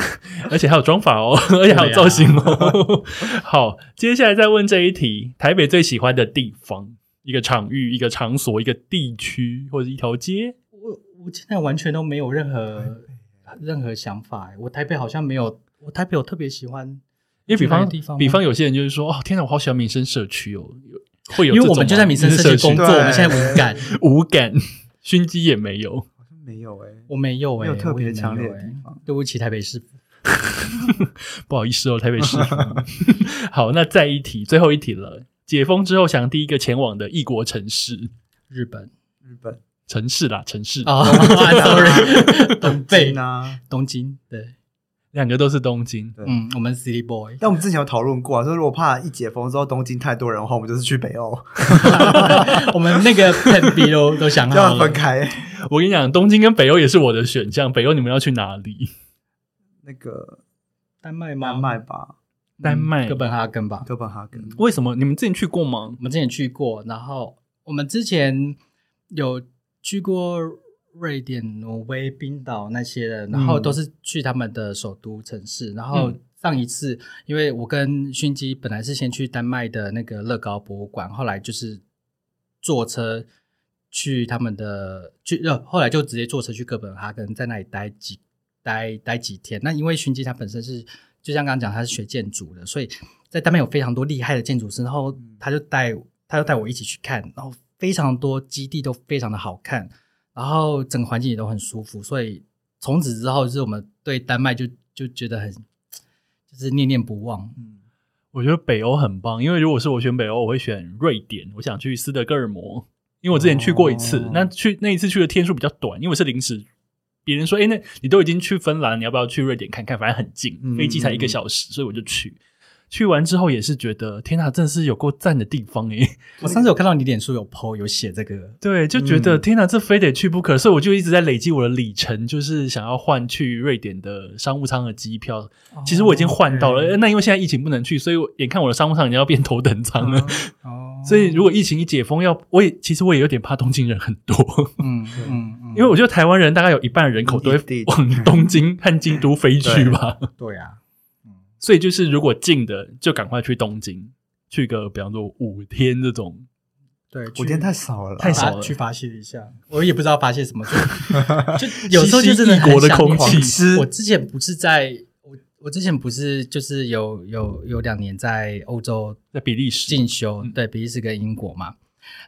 S1: 而且还有妆法哦， <laughs> 而且还有造型哦。
S2: 啊
S1: <laughs> 好，接下来再问这一题：台北最喜欢的地方，一个场域、一个场所、一个地区或者一条街。
S2: 我我现在完全都没有
S3: 啊
S2: 任何任何想法欸，我台北好像没有，我台北有特别喜欢
S1: 因为比
S2: 去哪
S1: 方
S2: 个地方吗
S1: 比方有些人就是说，哦，天哪，我好喜欢民生社区哦，有会有
S2: 因为
S1: 这
S2: 我
S1: 种
S2: 们就
S1: 吗
S2: 在民生社区工作，
S3: 对
S2: 我们现在无
S3: <laughs>
S2: 感，
S1: 无感，熏鸡也没有。
S3: 好像没有哎、
S2: 我没有
S3: 没
S2: 哎、
S3: 有特
S2: 我也
S3: 别强
S2: 没
S3: 烈
S2: 有
S3: 的
S2: 欸
S3: 地方。
S2: 对不起，台北市。
S1: 不好意思哦，台北
S2: <laughs>
S1: 市 <laughs> 府。好，那再一题，最后一题了。解封之后，想第一个前往的异国城市，
S2: 日本
S3: 日本、
S1: 城市啦，城市，
S2: 啊、s
S3: <laughs>
S2: o r r y 东北
S3: 京啊，
S2: 东京，对，
S1: 两个都是东京。
S3: 对
S2: 嗯，我们 City Boy， <laughs>
S3: 但我们之前有讨论过啊，说如果怕一解封之后东京太多人的话，我们就是去北欧，
S2: 啊我们那个 Plan B 都都想
S3: 这
S2: 好
S3: 样
S2: 了
S3: 分，开。
S1: 我跟你讲，东京跟北欧也是我的选项。北欧你们要去哪里？
S3: 那个
S2: 丹麦吗？
S3: 丹麦吧，
S2: 嗯，
S1: 丹麦
S2: 哥本哈根吧。
S3: 哥本哈根，
S2: 嗯
S1: 为什么？你们之前去过吗
S2: 我？们之前去过，然后我们之前有去过瑞典、挪威、冰岛那些的，然后
S1: 嗯
S2: 都是去他们的首都城市。然后
S1: 嗯
S2: 上一次，因为我跟勋基本来是先去丹麦的那个乐高博物馆，后来就是坐车去他们的去，呃，后来就直接坐车去哥本哈根，在那里待几待待几天。那因为勋基他本身是，就像刚刚讲，他是学建筑的，所以在丹麦有非常多厉害的建筑师，然后他就带他就带我一起去看，然后非常多基地都非常的好看，然后整个环境也都很舒服，所以从此之后，就是我们对丹麦就就觉得很就是念念不忘。
S3: 嗯，
S1: 我觉得北欧很棒，因为如果是我选北欧，我会选瑞典。我想去斯德哥尔摩，因为我之前去过一次。
S3: 哦
S1: 那去那一次去的天数比较短，因为我是临时。别人说：“哎、那你都已经去芬兰，你要不要去瑞典看看？反正很近，
S3: 嗯
S1: 飞机才一个小时，所以我就去。去完之后也是觉得，天啊哪，真的是有够赞的地方欸诶、
S2: 我上次有看到你脸书有 PO 有写这个，
S1: 对，就觉得、
S3: 嗯
S1: 天哪，这非得去不可，所以我就一直在累积我的里程，就是想要换去瑞典的商务舱的机票。哦其实我已经换
S2: 哦
S1: 到了，呃那因为现在疫情不能去，所以我眼看我的商务舱已经要变头等舱了。<laughs>
S2: 哦，
S1: 所以如果疫情一解封要，我也其实我也有点怕东京人很多，
S2: 嗯嗯嗯，
S1: <laughs> 因为我觉得台湾人大概有一半的人口都会
S3: 异地
S1: 往东京和京都飞去吧。
S2: 对啊，嗯，
S1: 所以就是如果近的，就赶快去东京，去个比方说五天这种。
S2: 对，
S3: 我今天太少了，
S1: 太少
S2: 发
S1: 了
S2: 去发泄一下，我也不知道发泄什么，
S1: <laughs>
S2: 就就有时候就
S1: 吸吸
S2: 真的
S1: 异
S2: 很
S1: 国的
S2: 想
S1: 空
S2: 念
S1: 气
S3: 吃
S2: 我之前不是在我我之前不是就是有有有两年在欧洲
S1: 在比利时
S2: 进修
S1: 嗯，
S2: 对比利时跟英国嘛，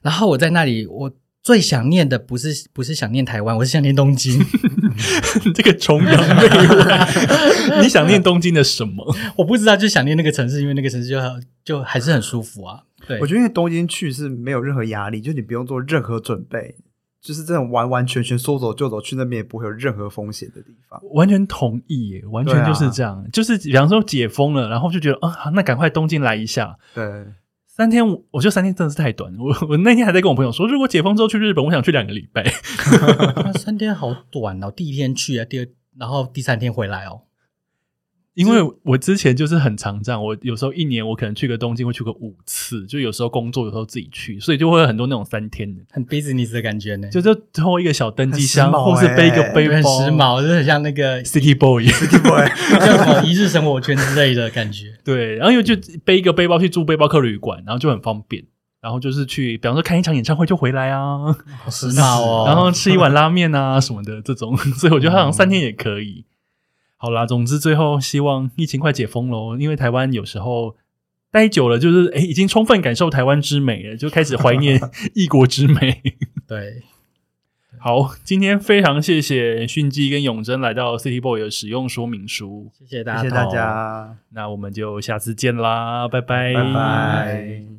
S2: 然后我在那里我。最想念的不是不是想念台湾，我是想念东京。
S1: <laughs> 这个崇洋媚
S2: <laughs>
S1: 外，你想念东京的什么？
S2: 我不知道，就想念那个城市，因为那个城市就很就还是很舒服啊。对，
S3: 我觉得因为东京去是没有任何压力，就你不用做任何准备，就是这种完完全全说走就走，去那边也不会有任何风险的地方。
S1: 完全同意耶，完全就是这样。就是比方说解封了，然后就觉得啊，好那赶快东京来一下。
S3: <laughs> 对，
S1: 三天，我我觉得三天真的是太短。我 <laughs> 我那天还在跟我朋友说，如果解封之后去日本，我想去两个礼拜。 <laughs>
S2: 啊 <laughs> 三天好短哦，第一天去啊，第二然后第三天回来哦。
S1: 因为我之前就是很常这样，我有时候一年我可能去个东京会去个五次，就有时候工作，有时候自己去，所以就会有很多那种三天的，
S2: 很 business 的感觉呢，
S1: 就就拖一个小登机箱，
S3: 很时髦
S1: 或是背一个
S3: 欸
S1: 背
S2: 对很
S1: 包，
S2: 时髦，就是很像那个
S1: City Boy。 <laughs>
S2: 叫什么一日生活圈之类的
S1: <laughs>
S2: 感觉。
S1: 对，然后又就背一个背包去住背包客旅馆，然后就很方便。然后就是去，比方说看一场演唱会就回来啊，
S2: 好时髦哦。
S1: 然后吃一碗拉面啊什么的这种， <laughs> 所以我觉得好像三天也可以。好啦，总之最后希望疫情快解封喽，因为台湾有时候待久了，就是诶已经充分感受台湾之美了，就开始怀 <laughs> 念异国之美。
S2: 对，
S1: 好，今天非常谢谢迅基跟永贞来到 City Boy 的使用说明书，
S2: 谢谢大
S3: 谢
S2: 家，
S3: 谢大。家，
S1: 那我们就下次见啦，拜
S3: 拜拜。